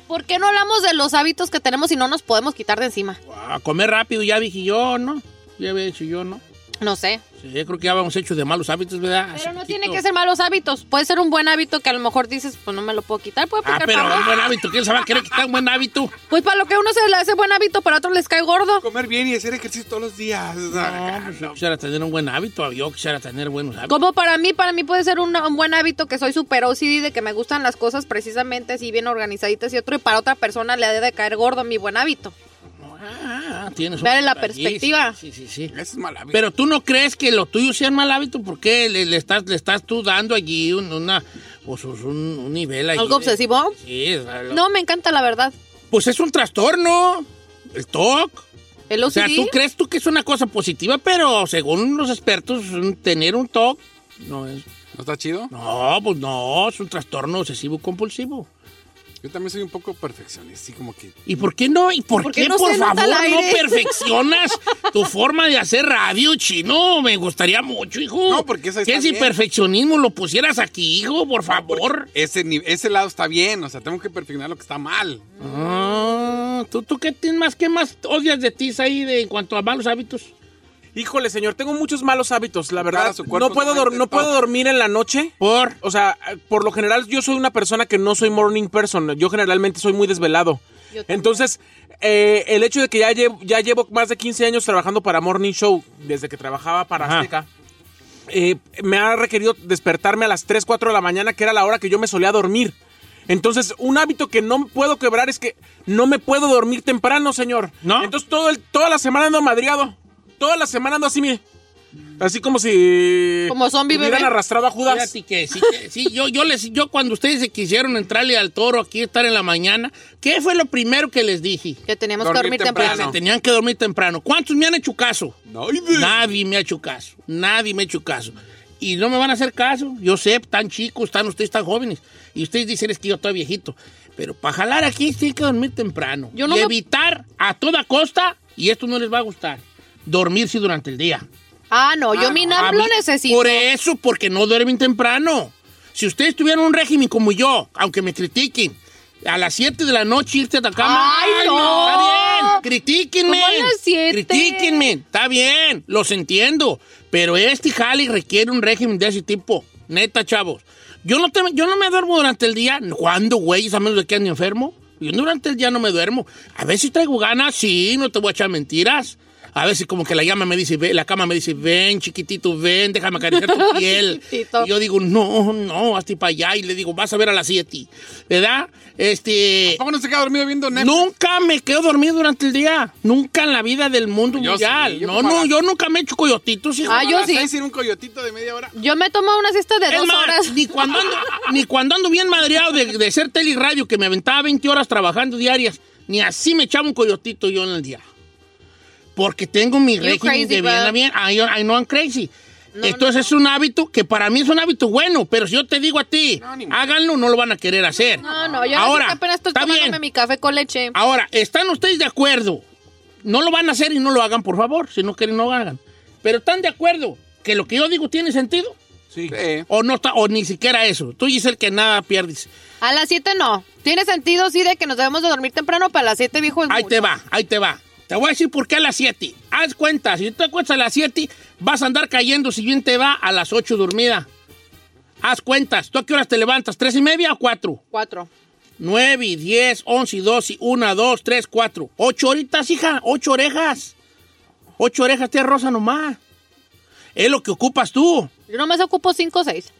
[SPEAKER 2] ¿Por qué no hablamos de los hábitos que tenemos y no nos podemos quitar de encima?
[SPEAKER 1] A comer rápido, ya dije yo, ¿no? Ya había dicho yo, ¿no?
[SPEAKER 2] No sé.
[SPEAKER 1] Sí, yo creo que ya habíamos hecho de malos hábitos, ¿verdad?
[SPEAKER 3] Ah,
[SPEAKER 1] Ah,
[SPEAKER 2] Pero no tiene que ser malos hábitos. Puede ser un buen hábito que a lo mejor dices, pues no me lo puedo quitar, puede
[SPEAKER 1] Ah,
[SPEAKER 2] aplicar
[SPEAKER 1] pero
[SPEAKER 2] para
[SPEAKER 1] un
[SPEAKER 2] dos.
[SPEAKER 1] buen hábito. ¿Quién se va a querer quitar un buen hábito?
[SPEAKER 2] Pues para lo que uno se le hace buen hábito, para otro les cae gordo. Ah,
[SPEAKER 3] Comer bien y hacer ejercicio todos los días.
[SPEAKER 1] Yo quisiera tener un buen hábito, yo quisiera tener buenos hábitos.
[SPEAKER 2] Como para mí, para mí puede ser una- un buen hábito que soy super OCD, de que me gustan las cosas precisamente así bien organizaditas y otro, y para otra persona le ha de caer gordo mi buen hábito.
[SPEAKER 1] Ah, tienes un-
[SPEAKER 2] Ver en la
[SPEAKER 1] allí,
[SPEAKER 2] perspectiva.
[SPEAKER 1] Sí, sí, sí. es mal hábito. Pero tú no crees que lo tuyo sea un mal hábito porque le, le estás, le estás tú dando allí un, una, pues, un, un nivel allí.
[SPEAKER 2] ¿Algo
[SPEAKER 1] de-
[SPEAKER 2] obsesivo?
[SPEAKER 1] Sí, es-
[SPEAKER 2] No, me encanta la verdad.
[SPEAKER 1] Pues es un trastorno, el TOC.
[SPEAKER 2] El
[SPEAKER 1] O sea,
[SPEAKER 2] OCD.
[SPEAKER 1] tú crees tú que es una cosa positiva, pero según los expertos, un- tener un TOC no es...
[SPEAKER 5] ¿No está chido?
[SPEAKER 1] No, pues no, es un trastorno obsesivo compulsivo.
[SPEAKER 5] Yo también soy un poco perfeccionista, así como que...
[SPEAKER 1] ¿Y por qué no? ¿Y por,
[SPEAKER 5] ¿Por
[SPEAKER 1] qué,
[SPEAKER 5] qué no
[SPEAKER 1] por
[SPEAKER 5] se nota
[SPEAKER 1] favor,
[SPEAKER 5] al
[SPEAKER 1] no
[SPEAKER 5] aire?
[SPEAKER 1] perfeccionas tu forma de hacer radio, chino? Me gustaría mucho, hijo. No, porque
[SPEAKER 5] esa
[SPEAKER 1] ¿Qué
[SPEAKER 5] está
[SPEAKER 1] si
[SPEAKER 5] bien.
[SPEAKER 1] perfeccionismo lo pusieras aquí, hijo? Por favor.
[SPEAKER 5] Ese, ni- ese lado está bien, o sea, tengo que perfeccionar lo que está mal.
[SPEAKER 1] Ah, ¿tú, ¿Tú qué tienes más? ¿Qué más odias de ti ahí de, en cuanto a malos hábitos?
[SPEAKER 3] Híjole, señor, tengo muchos malos hábitos, la verdad.
[SPEAKER 1] su cuerpo,
[SPEAKER 3] No puedo,
[SPEAKER 1] su
[SPEAKER 3] dor-
[SPEAKER 1] mente,
[SPEAKER 3] no puedo
[SPEAKER 1] todo.
[SPEAKER 3] dormir en la noche.
[SPEAKER 1] ¿Por?
[SPEAKER 3] O sea, por lo general yo soy una persona que no soy morning person. Yo generalmente soy muy desvelado. Entonces, eh, el hecho de que ya llevo, ya llevo más de 15 años trabajando para Morning Show, desde que trabajaba para
[SPEAKER 1] Ajá.
[SPEAKER 3] Azteca, eh, me ha requerido despertarme a las 3, 4 de la mañana, que era la hora que yo me solía dormir. Entonces, un hábito que no puedo quebrar es que no me puedo dormir temprano, señor. ¿No? Entonces, todo el, toda la semana ando madriado. Toda la semana ando así, mire. Así como si...
[SPEAKER 1] Como zombie,
[SPEAKER 3] hubieran
[SPEAKER 1] bebé.
[SPEAKER 3] arrastrado a Judas.
[SPEAKER 1] Fíjate que sí, que- sí, yo, yo, les, yo cuando ustedes se quisieron entrarle al toro aquí, estar en la mañana, ¿qué fue lo primero que les dije?
[SPEAKER 2] Que teníamos que Dormir dormir temprano. temprano.
[SPEAKER 1] Que se tenían que dormir temprano. ¿Cuántos me han hecho caso? Nadie. me ha hecho caso. Nadie me ha hecho caso. Y no me van a hacer caso. Yo sé, tan chicos, están ustedes tan jóvenes. Y ustedes dicen es que yo estoy viejito. Pero para jalar aquí sí hay que dormir temprano.
[SPEAKER 3] Yo no
[SPEAKER 1] y
[SPEAKER 3] me-
[SPEAKER 1] evitar a toda costa, y esto no les va a gustar, dormirse durante el día.
[SPEAKER 2] Ah, no, yo
[SPEAKER 1] Ah,
[SPEAKER 2] mi
[SPEAKER 1] no, a
[SPEAKER 2] nap
[SPEAKER 1] mí-
[SPEAKER 2] lo necesito.
[SPEAKER 1] Por eso, porque no duermen temprano. Si ustedes tuvieran un régimen como yo, aunque me critiquen, a las 7 de la noche irte a la cama.
[SPEAKER 2] ¡Ay, no!
[SPEAKER 1] Está bien. Critíquenme.
[SPEAKER 2] Como a las siete.
[SPEAKER 1] Critíquenme. Está bien, los entiendo. Pero este jale requiere un régimen de ese tipo. Neta, chavos. Yo no, te- yo no me duermo durante el día. ¿Cuándo, güey? A menos de que ande enfermo. Yo durante el día no me duermo. A veces traigo ganas, sí, no te voy a echar mentiras. A veces como que la llama me dice, "Ve", la cama me dice, ven, chiquitito, ven, déjame acariciar tu piel.
[SPEAKER 2] Chiquitito.
[SPEAKER 1] Y yo digo, no, no, hazte para allá. Y le digo, vas a ver a las 7. ¿Verdad? Este.
[SPEAKER 5] ¿Cómo no se queda dormido viendo Netflix?
[SPEAKER 1] Nunca me quedo dormido durante el día. Nunca en la vida del mundo
[SPEAKER 5] Yo
[SPEAKER 1] mundial.
[SPEAKER 5] sí, yo
[SPEAKER 1] no,
[SPEAKER 5] como a
[SPEAKER 1] no,
[SPEAKER 5] las-
[SPEAKER 1] yo nunca me echo coyotitos, hijo.
[SPEAKER 2] Ah, yo sí.
[SPEAKER 5] ir un coyotito de media hora.
[SPEAKER 2] Yo me tomo una siesta de
[SPEAKER 1] Es
[SPEAKER 2] dos
[SPEAKER 1] más,
[SPEAKER 2] horas.
[SPEAKER 1] Ni cuando, ando, ni cuando ando bien madreado de, de ser tele y radio, que me aventaba 20 horas trabajando diarias, ni así me echaba un coyotito yo en el día. Porque tengo mi
[SPEAKER 2] You
[SPEAKER 1] régimen
[SPEAKER 2] crazy,
[SPEAKER 1] de bien a
[SPEAKER 2] bro.
[SPEAKER 1] bien. I, I know I'm crazy. Entonces es un hábito que para mí es un hábito bueno, pero si yo te digo a ti, háganlo, no lo van a querer hacer.
[SPEAKER 2] No, no, yo
[SPEAKER 1] Ahora,
[SPEAKER 2] ahorita apenas estoy
[SPEAKER 1] está
[SPEAKER 2] tomándome
[SPEAKER 1] bien.
[SPEAKER 2] mi café con leche.
[SPEAKER 1] Ahora, ¿están ustedes de acuerdo? No lo van a hacer y no lo hagan, por favor. Si no quieren, no lo hagan. Pero ¿están de acuerdo que lo que yo digo tiene sentido?
[SPEAKER 5] Sí.
[SPEAKER 1] O no está, o ni siquiera eso. Tú dices el que nada pierdes.
[SPEAKER 2] A las 7 no. Tiene sentido, sí, de que nos debemos de dormir temprano, para las 7, viejo, es
[SPEAKER 1] Ahí
[SPEAKER 2] mucho.
[SPEAKER 1] te va, ahí te va. Te voy a decir por qué a las 7. Haz cuenta, si tú te acuestas a las 7, vas a andar cayendo si bien te va a las 8 dormida. Haz cuentas. ¿Tú a qué horas te levantas? ¿Tres y media o cuatro?
[SPEAKER 2] 4.
[SPEAKER 1] 9, 10, 11, 12, 1, 2, 3, 4. 8 horitas, hija. 8 orejas. 8 orejas, tía Rosa, nomás. Es lo que ocupas tú.
[SPEAKER 2] Yo nomás ocupo 5 o 6.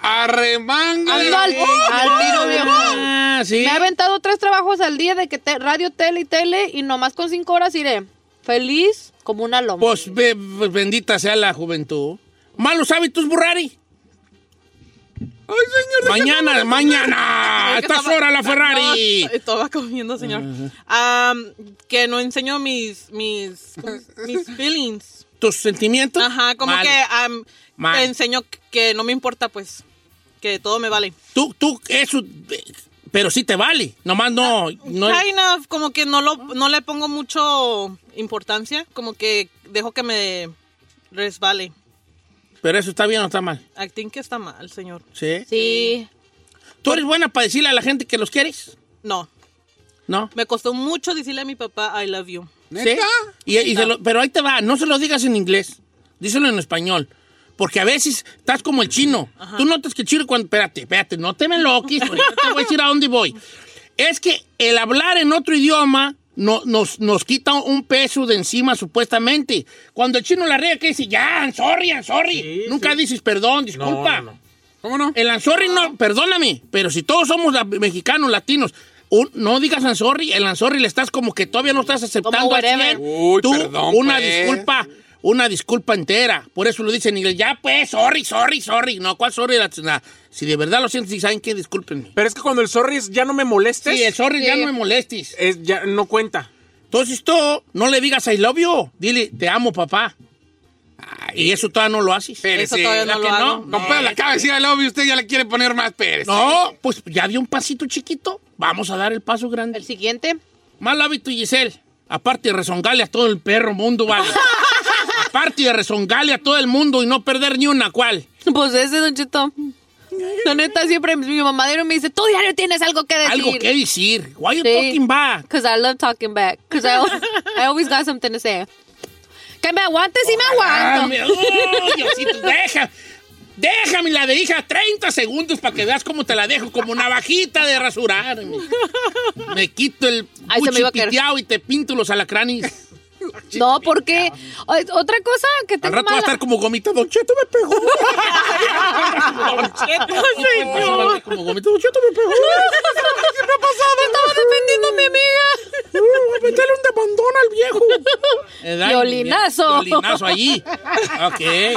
[SPEAKER 5] Arremanga.
[SPEAKER 2] Ando al, al tiro, viejo.
[SPEAKER 1] Ah, sí.
[SPEAKER 2] Me he aventado tres trabajos al día de que te- radio, tele y tele, y nomás con 5 horas iré feliz como una loma.
[SPEAKER 1] Pues be- be- bendita sea la juventud. Malos hábitos, Burrari. Mañana, mañana. A
[SPEAKER 4] Creo que
[SPEAKER 1] estas
[SPEAKER 4] estaba-
[SPEAKER 1] horas la Ferrari.
[SPEAKER 4] No, estaba comiendo, señor. Am, que no enseño mis, mis, mis feelings.
[SPEAKER 1] Tus sentimientos.
[SPEAKER 4] Ajá, como
[SPEAKER 1] Mal.
[SPEAKER 4] que am,
[SPEAKER 1] Mal.
[SPEAKER 4] te enseño que no me importa, pues, que todo me vale.
[SPEAKER 1] Tú, tú, eso. eh, Pero sí te vale. Nomás no. no
[SPEAKER 4] Kind of, como que no, lo, no le pongo mucho importancia, como que dejo que me resbale.
[SPEAKER 1] pero eso está bien o está mal.
[SPEAKER 4] I think que está mal, señor.
[SPEAKER 1] Sí.
[SPEAKER 2] Sí.
[SPEAKER 1] ¿Tú eres buena para decirle a la gente que los quieres?
[SPEAKER 4] No,
[SPEAKER 1] ¿No?
[SPEAKER 4] me costó mucho decirle a mi papá, I love you.
[SPEAKER 1] ¿Sí? Y, y se lo- pero ahí te va, no se lo digas en inglés, díselo en español. Porque a veces estás como el chino. Tú notas que el chino cuando... Espérate, espérate, no te me enloques, porque ahorita te voy a decir a dónde voy. Es que el hablar en otro idioma no- nos, nos quita un peso de encima, supuestamente. Cuando el chino la riega, que dice, ya, I'm sorry, I'm sorry. Nunca dices perdón, disculpa.
[SPEAKER 5] ¿Cómo no?
[SPEAKER 1] El Anzorri no, perdóname, pero si todos somos la- mexicanos, latinos, un- no digas Anzorri, el Anzorri le estás como que todavía no estás aceptando
[SPEAKER 2] Como
[SPEAKER 1] al
[SPEAKER 2] whatever.
[SPEAKER 1] 100.
[SPEAKER 5] Uy,
[SPEAKER 1] Tú,
[SPEAKER 5] perdón,
[SPEAKER 1] una
[SPEAKER 5] pues.
[SPEAKER 1] disculpa, una disculpa entera. Por eso lo dicen en inglés, ya pues, sorry, sorry, sorry. No, ¿cuál sorry? La- na- Si de verdad lo sientes y saben que discúlpenme.
[SPEAKER 3] Pero es que cuando el sorry es, ya no me molestes,
[SPEAKER 1] Sí, el sorry ya
[SPEAKER 2] Sí.
[SPEAKER 1] no me molestes.
[SPEAKER 3] es, ya no cuenta.
[SPEAKER 1] Entonces tú no le digas I love you, dile te amo papá. y eso todavía no lo haces.
[SPEAKER 4] Eso todavía
[SPEAKER 1] ¿verdad
[SPEAKER 4] no lo
[SPEAKER 1] que
[SPEAKER 4] hago.
[SPEAKER 1] no?
[SPEAKER 5] Compadre, le acaba de decir I love you, usted ya le quiere poner más Pérez.
[SPEAKER 1] No, pues ya dio un pasito chiquito. Vamos a dar el paso grande.
[SPEAKER 2] El siguiente.
[SPEAKER 1] Mal hábito, Giselle. Aparte de rezongarle a todo el perro mundo, vale. Aparte de rezongarle a todo el mundo y no perder ni una cual.
[SPEAKER 2] Pues ese, Don Cheto. La neta, siempre mi mamadero me dice, tú diario tienes algo que decir.
[SPEAKER 1] Algo que decir. Why you
[SPEAKER 2] Sí.
[SPEAKER 1] talking back?
[SPEAKER 2] Because I love talking back. Because I, al- I always got something to say. Que me aguantes y me
[SPEAKER 1] Ah,
[SPEAKER 2] aguanto.
[SPEAKER 1] me- Uy, Diosito, deja. Déjame la de hija 30 segundos para que veas cómo te la dejo, como navajita de rasurar. mi. Me quito el
[SPEAKER 2] Ay, se me iba a caer.
[SPEAKER 1] cuchipiteado y te pinto los alacranes.
[SPEAKER 2] No, porque o- otra cosa que
[SPEAKER 1] Al
[SPEAKER 2] tengo
[SPEAKER 1] rato va a
[SPEAKER 2] mala-
[SPEAKER 1] estar como gomita, Don Cheto me pegó. Vas a
[SPEAKER 4] señor.
[SPEAKER 1] hablar como gomita, Don Cheto me pegó.
[SPEAKER 2] Siempre ha pasado. Estaba defendiendo a mi amiga.
[SPEAKER 1] Uh, Métele un demandón al viejo. Eh, dale,
[SPEAKER 2] Violinazo.
[SPEAKER 1] bien, Violinazo allí. Ok. ¿Qué,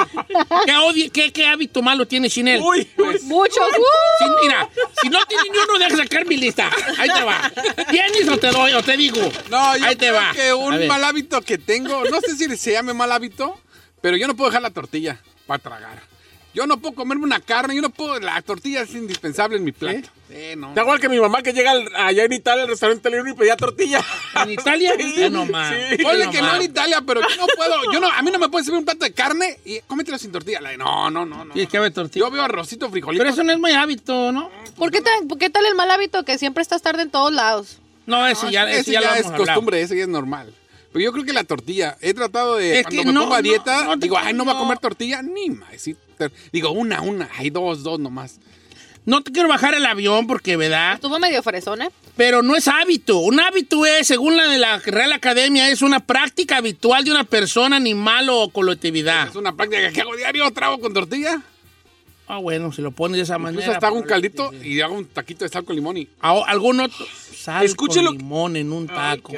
[SPEAKER 1] odio- qué- qué hábito malo tiene Chinel?
[SPEAKER 3] Uy, pues,
[SPEAKER 2] Muchos. ¡uh!
[SPEAKER 1] Si- mira, si no tiene ni uno, deja sacar mi lista. Ahí te va. ¿Tienes o te doy o te digo?
[SPEAKER 5] No, yo
[SPEAKER 1] Ahí te
[SPEAKER 5] creo
[SPEAKER 1] va.
[SPEAKER 5] que
[SPEAKER 1] A
[SPEAKER 5] un
[SPEAKER 1] ver.
[SPEAKER 5] mal hábito que tengo, no sé si se llame mal hábito, pero yo no puedo dejar la tortilla para tragar. Yo no puedo comerme una carne, yo no puedo, la tortilla es indispensable en mi plato. Eh, no.
[SPEAKER 3] da igual que mi mamá que llega al- allá en Italia al restaurante italiano y pedía tortilla.
[SPEAKER 1] ¿En Italia? Ya no más.
[SPEAKER 5] Ponle que no en Italia, pero yo no puedo, yo no, a mí no me pueden servir un plato de carne y cómetelo sin tortilla. La- No, no, no, no.
[SPEAKER 1] Sí, que haber tortilla.
[SPEAKER 5] Yo veo arrocito, frijolito.
[SPEAKER 1] Pero eso no es muy hábito, ¿no?
[SPEAKER 2] ¿Por qué, tan- por qué tal el mal hábito que siempre estás tarde en todos lados?
[SPEAKER 1] No, ese ya, ese ya lo
[SPEAKER 5] es
[SPEAKER 1] hemos hablado.
[SPEAKER 5] costumbre, ese ya es normal. Pero yo creo que la tortilla, he tratado de,
[SPEAKER 1] Es
[SPEAKER 5] cuando
[SPEAKER 1] que
[SPEAKER 5] me
[SPEAKER 1] no,
[SPEAKER 5] pongo a
[SPEAKER 1] no,
[SPEAKER 5] dieta,
[SPEAKER 1] no te-
[SPEAKER 5] digo, ay, no va a
[SPEAKER 1] no.
[SPEAKER 5] comer tortilla, ni más. sí, te- digo, una, una, hay dos, dos nomás.
[SPEAKER 1] No te quiero bajar el avión porque, ¿verdad?
[SPEAKER 2] Estuvo medio fresón, ¿eh?
[SPEAKER 1] Pero no es hábito. Un hábito es, según la de la Real Academia, es una práctica habitual de una persona, animal o colectividad.
[SPEAKER 5] Es una práctica que hago diario, trago con tortilla.
[SPEAKER 1] Ah, bueno, si lo pones de esa
[SPEAKER 5] Incluso
[SPEAKER 1] manera.
[SPEAKER 5] hasta hago un
[SPEAKER 1] probable-
[SPEAKER 5] caldito y hago un taquito de sal con limón y...
[SPEAKER 1] A- ¿Algún otro? Sal
[SPEAKER 5] Escuche lo
[SPEAKER 1] con limón en un taco.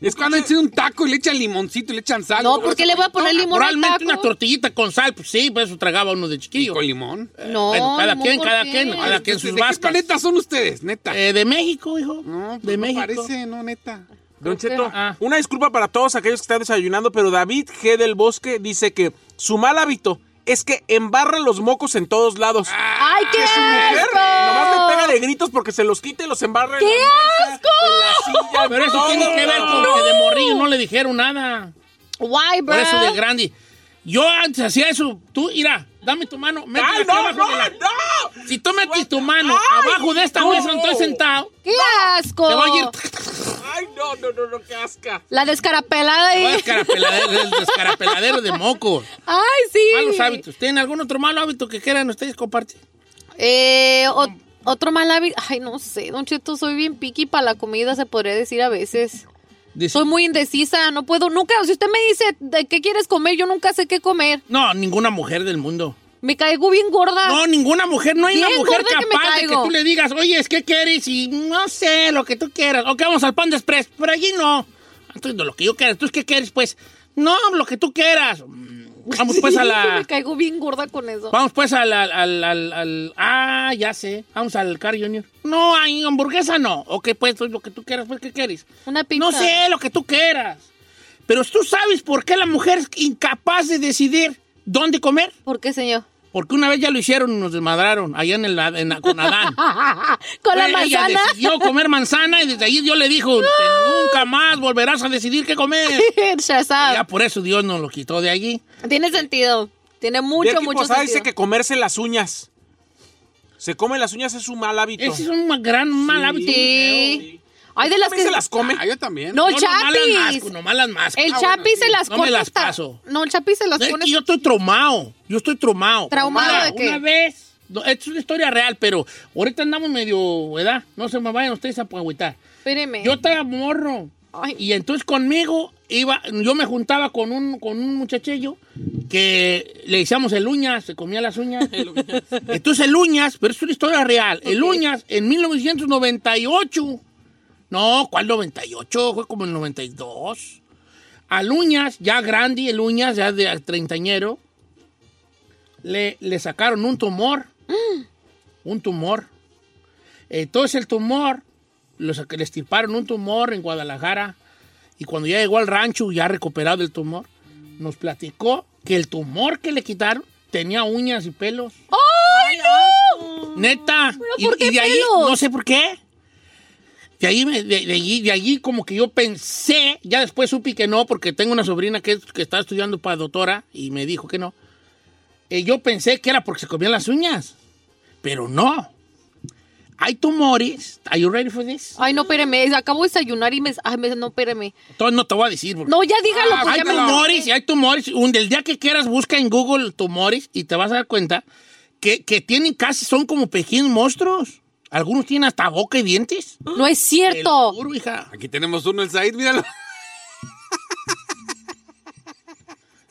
[SPEAKER 5] Es cuando echan un taco y le echan limoncito y le echan sal.
[SPEAKER 2] No, ¿por qué le voy a poner limón al
[SPEAKER 1] Realmente
[SPEAKER 2] taco?
[SPEAKER 1] una tortillita con sal, pues sí, pues eso tragaba uno de chiquillo.
[SPEAKER 5] Con limón.
[SPEAKER 2] No,
[SPEAKER 1] Eh, Bueno, cada
[SPEAKER 2] limón,
[SPEAKER 1] quien,
[SPEAKER 2] ¿por
[SPEAKER 1] cada
[SPEAKER 2] qué?
[SPEAKER 1] quien, cada quien sus
[SPEAKER 5] ¿De qué
[SPEAKER 1] vascas.
[SPEAKER 5] planeta son ustedes, neta?
[SPEAKER 1] Eh, de México, hijo.
[SPEAKER 5] no, pues
[SPEAKER 1] de
[SPEAKER 5] no
[SPEAKER 1] México.
[SPEAKER 5] parece, no, neta.
[SPEAKER 3] Don
[SPEAKER 1] Creo
[SPEAKER 3] Cheto,
[SPEAKER 1] que- ah.
[SPEAKER 3] una disculpa para todos aquellos que están desayunando, pero David G. del Bosque dice que su mal hábito es que embarra los mocos en todos lados.
[SPEAKER 1] Ah.
[SPEAKER 2] ¡Ay, qué
[SPEAKER 3] su mujer nomás le pega
[SPEAKER 2] asco!
[SPEAKER 3] de gritos porque se los quita y los embarra
[SPEAKER 2] ¡Qué
[SPEAKER 3] en la mesa, en la
[SPEAKER 2] asco!
[SPEAKER 3] silla, en
[SPEAKER 1] Pero eso
[SPEAKER 3] todo.
[SPEAKER 1] tiene que ver con que de morrillo no le dijeron nada.
[SPEAKER 2] Why, bro?
[SPEAKER 1] Por eso de grande. Yo antes hacía eso. Tú, mira, dame tu mano. métela
[SPEAKER 3] ¡Ay,
[SPEAKER 1] aquí
[SPEAKER 3] no,
[SPEAKER 1] abajo
[SPEAKER 3] no,
[SPEAKER 1] de la-
[SPEAKER 3] no!
[SPEAKER 1] Si tú metes tu mano
[SPEAKER 3] Ay,
[SPEAKER 1] abajo de esta
[SPEAKER 3] no.
[SPEAKER 1] mesa donde estoy sentado,
[SPEAKER 2] ¡Qué asco!
[SPEAKER 1] te voy a ir...
[SPEAKER 3] ¡Ay, no, no, no, no, qué asca!
[SPEAKER 2] La descarapelada
[SPEAKER 1] Te voy a
[SPEAKER 2] ahí.
[SPEAKER 1] descarapeladero, el descarapeladero de mocos.
[SPEAKER 2] ¡Ay, sí!
[SPEAKER 1] Malos hábitos. ¿Tienen algún otro malo hábito que quieran ustedes compartir?
[SPEAKER 2] Eh, o- otro mal hábito. Ay, no sé, Don Cheto, soy bien piqui para la comida, se podría decir a veces.
[SPEAKER 1] Dice-
[SPEAKER 2] Soy muy indecisa, no puedo nunca. Si usted me dice de qué quieres comer, yo nunca sé qué comer.
[SPEAKER 1] No, ninguna mujer del mundo.
[SPEAKER 2] Me caigo bien gorda.
[SPEAKER 1] No, ninguna mujer, no hay
[SPEAKER 2] Ah. Bien
[SPEAKER 1] una mujer
[SPEAKER 2] gorda que me
[SPEAKER 1] capaz de que
[SPEAKER 2] caigo.
[SPEAKER 1] tú le digas, oye, es que quieres y no sé, lo que tú quieras. Ok, vamos al pan de express, pero allí no. Entonces, no, lo que yo quiera, ¿tú qué quieres? Pues, no, lo que tú quieras. Mm, Vamos pues a la...
[SPEAKER 2] me caigo bien gorda con eso.
[SPEAKER 1] Vamos pues al, al, al, al- al- Ah, ya sé. Vamos al Car Junior. No, hay hamburguesa no. Ok, pues, pues, lo que tú quieras, pues, ¿qué quieres?
[SPEAKER 2] Una pizza.
[SPEAKER 1] No sé, lo que tú quieras. Pero tú sabes por qué la mujer es incapaz de decidir dónde comer.
[SPEAKER 2] ¿Por qué, señor?
[SPEAKER 1] Porque una vez ya lo hicieron y nos desmadraron allá en el, en- con Adán.
[SPEAKER 2] ¿Con la
[SPEAKER 1] Ella
[SPEAKER 2] manzana?
[SPEAKER 1] decidió comer manzana y desde ahí Dios le dijo, "Te nunca más volverás a decidir qué comer.
[SPEAKER 2] Shazam.
[SPEAKER 1] Ya por eso Dios nos lo quitó de allí.
[SPEAKER 2] Tiene sentido. Tiene mucho,
[SPEAKER 3] Derki
[SPEAKER 2] mucho
[SPEAKER 3] Posada dice
[SPEAKER 2] sentido.
[SPEAKER 3] que comerse las uñas. Se come las uñas es un mal hábito.
[SPEAKER 1] Ese es un gran mal hábito.
[SPEAKER 2] Sí. Ay, de las
[SPEAKER 3] ¿También
[SPEAKER 2] que.
[SPEAKER 3] se las come?
[SPEAKER 5] Ah, yo también.
[SPEAKER 2] No,
[SPEAKER 1] No, nomás las
[SPEAKER 2] chapis.
[SPEAKER 1] masco, nomás las masco.
[SPEAKER 2] El chapi se las
[SPEAKER 1] No
[SPEAKER 2] corta
[SPEAKER 1] me las
[SPEAKER 2] hasta-
[SPEAKER 1] paso.
[SPEAKER 2] No, el chapi se las
[SPEAKER 1] No, es
[SPEAKER 2] pone.
[SPEAKER 1] que yo estoy traumado. Yo estoy traumado.
[SPEAKER 2] ¿Traumado
[SPEAKER 1] Mira,
[SPEAKER 2] de qué?
[SPEAKER 1] Una vez. no, esto es una historia real, pero ahorita andamos medio, ¿verdad? No se me vayan ustedes a agüitar.
[SPEAKER 2] Espéreme.
[SPEAKER 1] Yo estaba morro.
[SPEAKER 2] Ay.
[SPEAKER 1] Y entonces conmigo iba, yo me juntaba con un, con un muchachillo que le decíamos el uñas, se comía las uñas. entonces el uñas, pero es una historia real. El uñas en 1998. No, ¿cuál 98? Fue como en 92. Al uñas, ya grande, el uñas, ya de treintañero, le, le sacaron un tumor. Un tumor. Entonces el tumor, lo sac- le estirparon un tumor en Guadalajara y cuando ya llegó al rancho, ya recuperado el tumor, nos platicó que el tumor que le quitaron tenía uñas y pelos.
[SPEAKER 2] ¡Ay, no!
[SPEAKER 1] Neta.
[SPEAKER 2] ¿Pero
[SPEAKER 1] Y,
[SPEAKER 2] por qué
[SPEAKER 1] y de ahí,
[SPEAKER 2] pelos?
[SPEAKER 1] no sé por qué. De ahí, me- de, de allí, de allí como que yo pensé, ya después supe que no, porque tengo una sobrina que, es- que está estudiando para doctora y me dijo que no. Eh, yo pensé que era porque se comían las uñas, pero no. Hay tumores. ¿Are you ready for this?
[SPEAKER 2] Ay, no, espéreme. Acabo de desayunar y me. Ay, me- no, espéreme.
[SPEAKER 1] Entonces no te voy a decir. porque-
[SPEAKER 2] No, ya dígalo.
[SPEAKER 1] Ah,
[SPEAKER 2] porque
[SPEAKER 1] hay
[SPEAKER 2] ya me lo-
[SPEAKER 1] tumores, y hay tumores. Un, del día que quieras, busca en Google tumores y te vas a dar cuenta que, que tienen casi, son como pequeños monstruos. Algunos tienen hasta boca y dientes.
[SPEAKER 2] No es
[SPEAKER 1] Te
[SPEAKER 2] cierto.
[SPEAKER 1] lo juro, hija.
[SPEAKER 5] Aquí tenemos uno, el Said, míralo.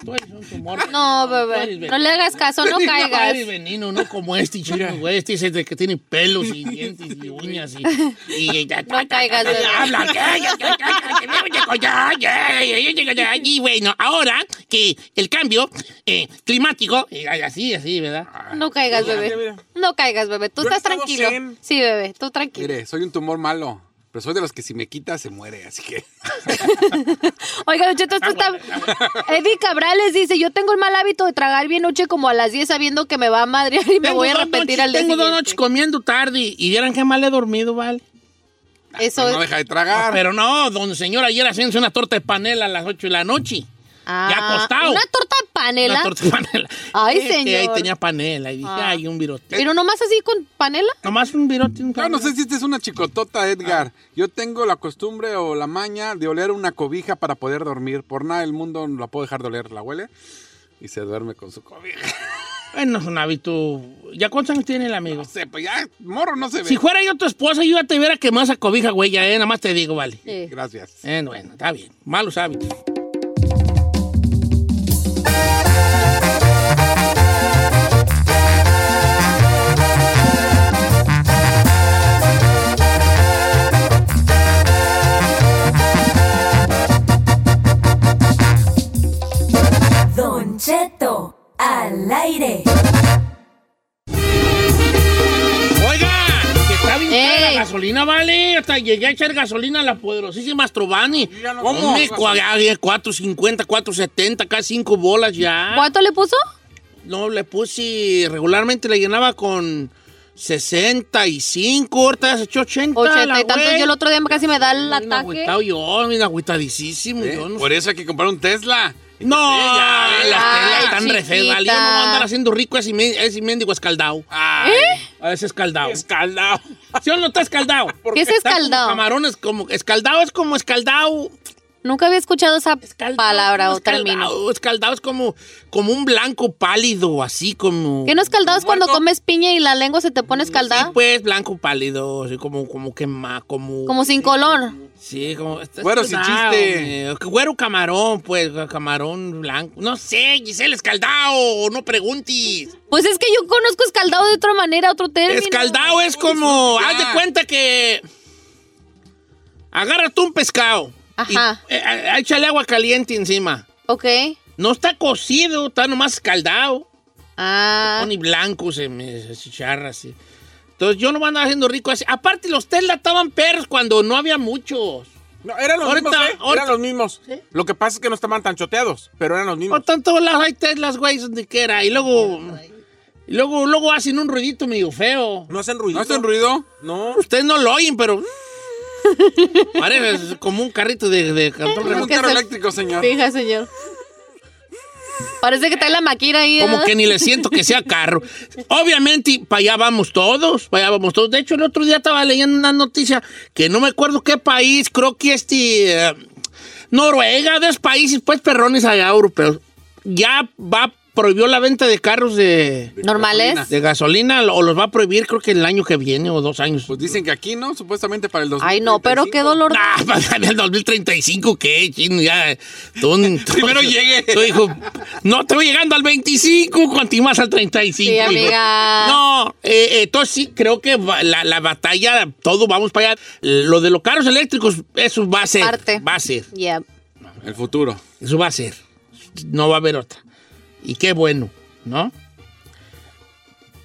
[SPEAKER 1] Tú eres un tumor.
[SPEAKER 2] No,
[SPEAKER 1] Tú eres
[SPEAKER 2] bebé.
[SPEAKER 1] veneno.
[SPEAKER 2] No le hagas caso, no
[SPEAKER 1] Tú eres
[SPEAKER 2] caigas.
[SPEAKER 1] veneno, no como este chino, güey. Este es el de que tiene pelos y dientes y uñas y... y-
[SPEAKER 2] No caigas, bebé.
[SPEAKER 1] Habla. Y bueno, ahora que el cambio eh, climático, eh, así, así, ¿verdad?
[SPEAKER 2] No caigas,
[SPEAKER 3] Mira,
[SPEAKER 2] bebé.
[SPEAKER 3] mira, mira.
[SPEAKER 2] No caigas, bebé. Tú
[SPEAKER 3] Yo he
[SPEAKER 2] estás
[SPEAKER 3] estado
[SPEAKER 2] tranquilo.
[SPEAKER 3] zen.
[SPEAKER 2] Sí, bebé, tú tranquilo.
[SPEAKER 5] Mire, soy un tumor malo, pero soy de los que si me quita se muere, así que...
[SPEAKER 2] Oiga, Don Cheto, esto está... Eddie Cabrales dice, yo tengo el mal hábito de tragar bien noche como a las 10 sabiendo que me va a madrear y me
[SPEAKER 1] Tengo
[SPEAKER 2] voy a
[SPEAKER 1] dos
[SPEAKER 2] arrepentir
[SPEAKER 1] noches-
[SPEAKER 2] al día
[SPEAKER 1] Tengo dos
[SPEAKER 2] siguiente".
[SPEAKER 1] noches comiendo tarde y y vieran qué mal he dormido, ¿vale?
[SPEAKER 2] Eso
[SPEAKER 5] No
[SPEAKER 2] es...
[SPEAKER 5] deja de tragar.
[SPEAKER 1] Pero no, don señor, ayer haciéndose una torta de panela a las 8 de la noche. ya acostado.
[SPEAKER 2] Ah, Una torta de panela.
[SPEAKER 1] Una torta de panela.
[SPEAKER 2] Ay,
[SPEAKER 1] Eh, que Ahí
[SPEAKER 2] señor.
[SPEAKER 1] tenía panela y dije,
[SPEAKER 2] Ah.
[SPEAKER 1] ay, un virote.
[SPEAKER 2] Pero nomás así con panela.
[SPEAKER 1] Nomás un virote.
[SPEAKER 5] Yo no sé si esta es una chicotota, Edgar. Yo tengo la costumbre o la maña de oler una cobija para poder dormir. Por nada del mundo no la puedo dejar de oler. La huele y se duerme con su cobija.
[SPEAKER 1] Bueno, es un hábito. ¿Ya cuántos años tiene el amigo?
[SPEAKER 5] No sé, pues ya, morro, no se ve.
[SPEAKER 1] Si fuera yo tu esposa, yo ya te hubiera quemado esa cobija, güey. Ya, eh, nada más te digo, vale.
[SPEAKER 5] Gracias.
[SPEAKER 1] Eh, bueno, está bien. Malos hábitos.
[SPEAKER 12] Don Cheto al aire.
[SPEAKER 1] Que Está bien cara la gasolina, vale. Hasta llegué a echar gasolina a la poderosísima Astrovani. ¿Cómo?
[SPEAKER 2] sé.
[SPEAKER 1] Hombre, cua- eh, ay, 4.50, 4.70, casi 5 bolas ya.
[SPEAKER 2] ¿Cuánto le puso?
[SPEAKER 1] No, le puse, regularmente le llenaba con 65, ahorita ya se echó 80.
[SPEAKER 2] Ochenta
[SPEAKER 1] la
[SPEAKER 2] y tantos.
[SPEAKER 1] güey.
[SPEAKER 2] Yo el otro día casi me da el ataque.
[SPEAKER 1] Agüitado yo, mira, agüitadísimo. yo no
[SPEAKER 3] Por eso hay que comprar un Tesla.
[SPEAKER 1] No, las
[SPEAKER 2] Ah,
[SPEAKER 1] telas están
[SPEAKER 3] chiquita.
[SPEAKER 1] re feas, vale. Yo no voy a andar haciendo rico a ese men- a ese mendigo escaldado.
[SPEAKER 2] ¿Eh?
[SPEAKER 1] A ese escaldado. Escaldado. ¿Sí o no está escaldado?
[SPEAKER 2] ¿Qué es
[SPEAKER 1] Está como
[SPEAKER 2] escaldado?
[SPEAKER 1] Camarones como... Escaldado es como escaldado.
[SPEAKER 2] Nunca había escuchado esa palabra o término.
[SPEAKER 1] Escaldado, escaldado es como, como un blanco pálido, así como...
[SPEAKER 2] ¿Qué no escaldado es cuando comes piña y la lengua se te pone escaldada?
[SPEAKER 1] Pues blanco pálido, así como, como quema, como...
[SPEAKER 2] Como sin color.
[SPEAKER 1] Sí, como... está
[SPEAKER 2] Güero sin
[SPEAKER 1] escaldado,
[SPEAKER 2] chiste.
[SPEAKER 1] hombre. Güero camarón, pues, camarón blanco. No sé, Giselle, escaldado, no preguntes.
[SPEAKER 2] Pues es que yo conozco escaldado de otra manera, otro término.
[SPEAKER 1] Escaldado es como, haz de cuenta que agarra tú un pescado.
[SPEAKER 2] Ajá.
[SPEAKER 1] y, eh, eh, échale agua caliente encima.
[SPEAKER 2] Ok.
[SPEAKER 1] No está cocido, está nomás escaldado.
[SPEAKER 2] Ah.
[SPEAKER 1] Se pone blanco, se me se chicharra así. Entonces yo no me andaba haciendo rico así. Aparte, los Tesla estaban perros cuando no había muchos.
[SPEAKER 3] No, eran los
[SPEAKER 1] Ahorita-
[SPEAKER 3] mismos, ¿eh?
[SPEAKER 1] ahorita-
[SPEAKER 3] Eran los mismos. Lo que pasa es que no estaban tan choteados, pero eran los mismos.
[SPEAKER 1] Ahorita en todos lados hay Teslas, güey, donde quiera. Y luego, y luego, luego hacen un ruidito medio feo.
[SPEAKER 3] ¿No hacen ruido?
[SPEAKER 1] ¿No
[SPEAKER 3] hacen
[SPEAKER 5] ruido?
[SPEAKER 3] No.
[SPEAKER 1] Ustedes no lo oyen, pero... Parece como un carrito de, de control
[SPEAKER 2] Como
[SPEAKER 1] remoto.
[SPEAKER 2] que se- Fija, señor. Parece que trae la maquira ahí.
[SPEAKER 1] Como
[SPEAKER 2] ¿eh?
[SPEAKER 1] que ni le siento que sea carro. Obviamente, para allá vamos todos, para allá vamos todos. De hecho, el otro día estaba leyendo una noticia que no me acuerdo qué país, creo que este... eh, Noruega, de esos países, pues, perrones allá europeos. Ya va, prohibió la venta de carros de...
[SPEAKER 2] ¿Normales?
[SPEAKER 1] gasolina. De gasolina, o los va a prohibir creo que el año que viene o dos años. Pues
[SPEAKER 5] dicen que aquí no, supuestamente para el 2000.
[SPEAKER 2] Ay, no, pero qué dolor.
[SPEAKER 1] Ah, para el 2035, ¿qué? Chino, ya. Primero
[SPEAKER 3] llegue.
[SPEAKER 1] Tu hijo, no, te voy llegando al 25, continúas al 35.
[SPEAKER 2] Sí,
[SPEAKER 1] hijo.
[SPEAKER 2] amiga.
[SPEAKER 1] No, eh, entonces sí, creo que va- la, la batalla, todo vamos para allá. Lo de los carros eléctricos, eso va a ser.
[SPEAKER 2] Parte.
[SPEAKER 1] Va a ser.
[SPEAKER 2] Yeah.
[SPEAKER 5] El futuro.
[SPEAKER 1] Eso va a ser. No va a haber otra. Y qué bueno, ¿no?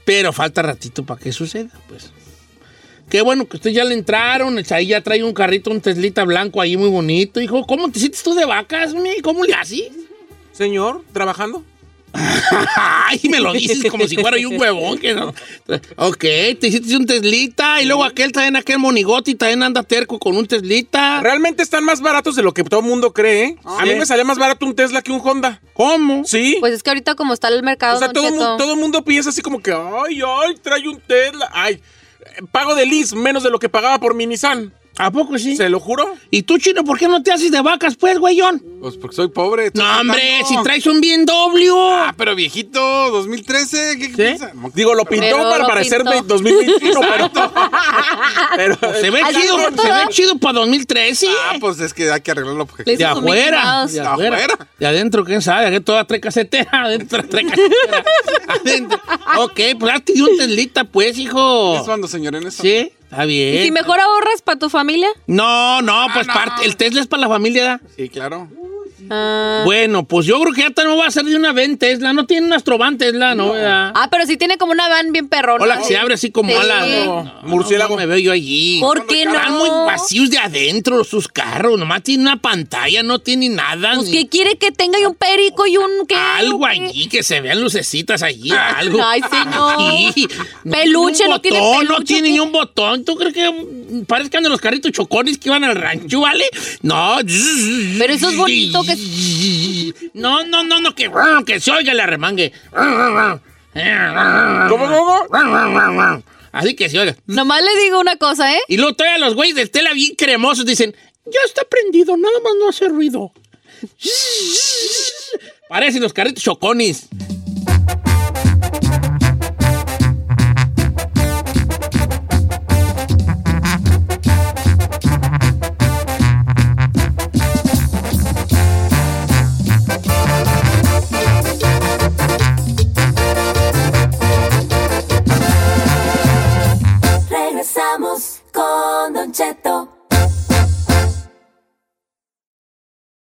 [SPEAKER 1] Pero falta ratito para que suceda, pues. Qué bueno que ustedes ya le entraron. el Ahí ya trae un carrito, un Teslita blanco ahí muy bonito. Hijo, ¿cómo te sientes tú de vacas, mi? ¿Cómo le haces?
[SPEAKER 3] Señor, ¿trabajando?
[SPEAKER 1] Ay, me lo dices como si fuera yo un huevón. Que no. Ok, te hiciste un Teslita y luego aquel también, aquel monigote y también anda terco con un Teslita.
[SPEAKER 3] Realmente están más baratos de lo que todo el mundo cree. ¿eh? A mí me sale más barato un Tesla que un Honda.
[SPEAKER 1] Ah, ¿Cómo?
[SPEAKER 3] Sí.
[SPEAKER 2] Pues es que ahorita como está el mercado,
[SPEAKER 3] o sea,
[SPEAKER 2] don
[SPEAKER 3] todo, el
[SPEAKER 2] Cheto.
[SPEAKER 3] mu- todo el mundo piensa así como que, ay, ay, trae un Tesla. Ay, eh, pago de lease menos de lo que pagaba por mi Nissan.
[SPEAKER 1] ¿A poco sí?
[SPEAKER 3] Se lo juro.
[SPEAKER 1] ¿Y tú, Chino, por qué no te haces de vacas, pues, güeyón?
[SPEAKER 5] Pues porque soy pobre. estoy
[SPEAKER 1] No, hombre, si
[SPEAKER 5] tratando.
[SPEAKER 1] traes un bien doble.
[SPEAKER 5] Ah, pero viejito, 2013, ¿qué piensa?
[SPEAKER 3] Digo, lo pintó
[SPEAKER 5] Pero
[SPEAKER 3] para
[SPEAKER 5] lo
[SPEAKER 3] parecer
[SPEAKER 5] pintó.
[SPEAKER 3] de 2021, pero, pero-
[SPEAKER 1] Pues Se ve
[SPEAKER 3] Al
[SPEAKER 1] chido,
[SPEAKER 3] rato,
[SPEAKER 1] se ve
[SPEAKER 3] ¿no?
[SPEAKER 1] chido para 2013.
[SPEAKER 5] Ah, pues es que hay que arreglarlo. pues. Porque...
[SPEAKER 1] De afuera, de afuera. De adentro, quién sabe, aquí toda tres caseteras, adentro tres caseteras. adentro. Ok, pues hazte de un teslita, pues, hijo.
[SPEAKER 5] Eso ando, señor, en eso.
[SPEAKER 1] Sí, está bien.
[SPEAKER 2] ¿Y si mejor ahorras para tu familia?
[SPEAKER 1] No, no, pues parte, el Tesla es para la familia, ¿da?
[SPEAKER 5] Ah, Sí, claro.
[SPEAKER 2] Ah.
[SPEAKER 1] Bueno, pues yo creo que ya te- no va a ser de una van Tesla, no tiene un astrovan Tesla, ¿no? ¿verdad?
[SPEAKER 2] Ah, pero sí tiene como una van bien perrona.
[SPEAKER 1] Hola, que se abre así como
[SPEAKER 2] Sí.
[SPEAKER 1] ala. No, no, no me veo yo allí.
[SPEAKER 2] ¿Por qué no?
[SPEAKER 1] Están muy vacíos de adentro sus carros. Nomás tiene una pantalla, no tiene nada.
[SPEAKER 2] Pues
[SPEAKER 1] ni
[SPEAKER 2] que quiere que tenga y un perico y un qué. Ah,
[SPEAKER 1] Algo allí, que se vean lucecitas allí, algo.
[SPEAKER 2] Ay, señor.
[SPEAKER 1] Sí.
[SPEAKER 2] Peluche, no tiene
[SPEAKER 1] botón, No
[SPEAKER 2] peluche,
[SPEAKER 1] tiene ni un botón. ¿Tú crees que mm, parezcan de los carritos chocones que iban al rancho, vale? No.
[SPEAKER 2] Pero eso es bonito, que antes.
[SPEAKER 1] No, no, no, no, que, ah, que se oiga la remangue.
[SPEAKER 3] ¿Cómo,
[SPEAKER 1] cómo? Así que se oiga.
[SPEAKER 2] Nomás le digo una cosa, ¿eh?
[SPEAKER 1] Y luego todavía los güeyes de tela bien cremosos dicen, ya está prendido, nada más no hace ruido. Parecen los carritos choconis.
[SPEAKER 12] Regresamos con Don Cheto.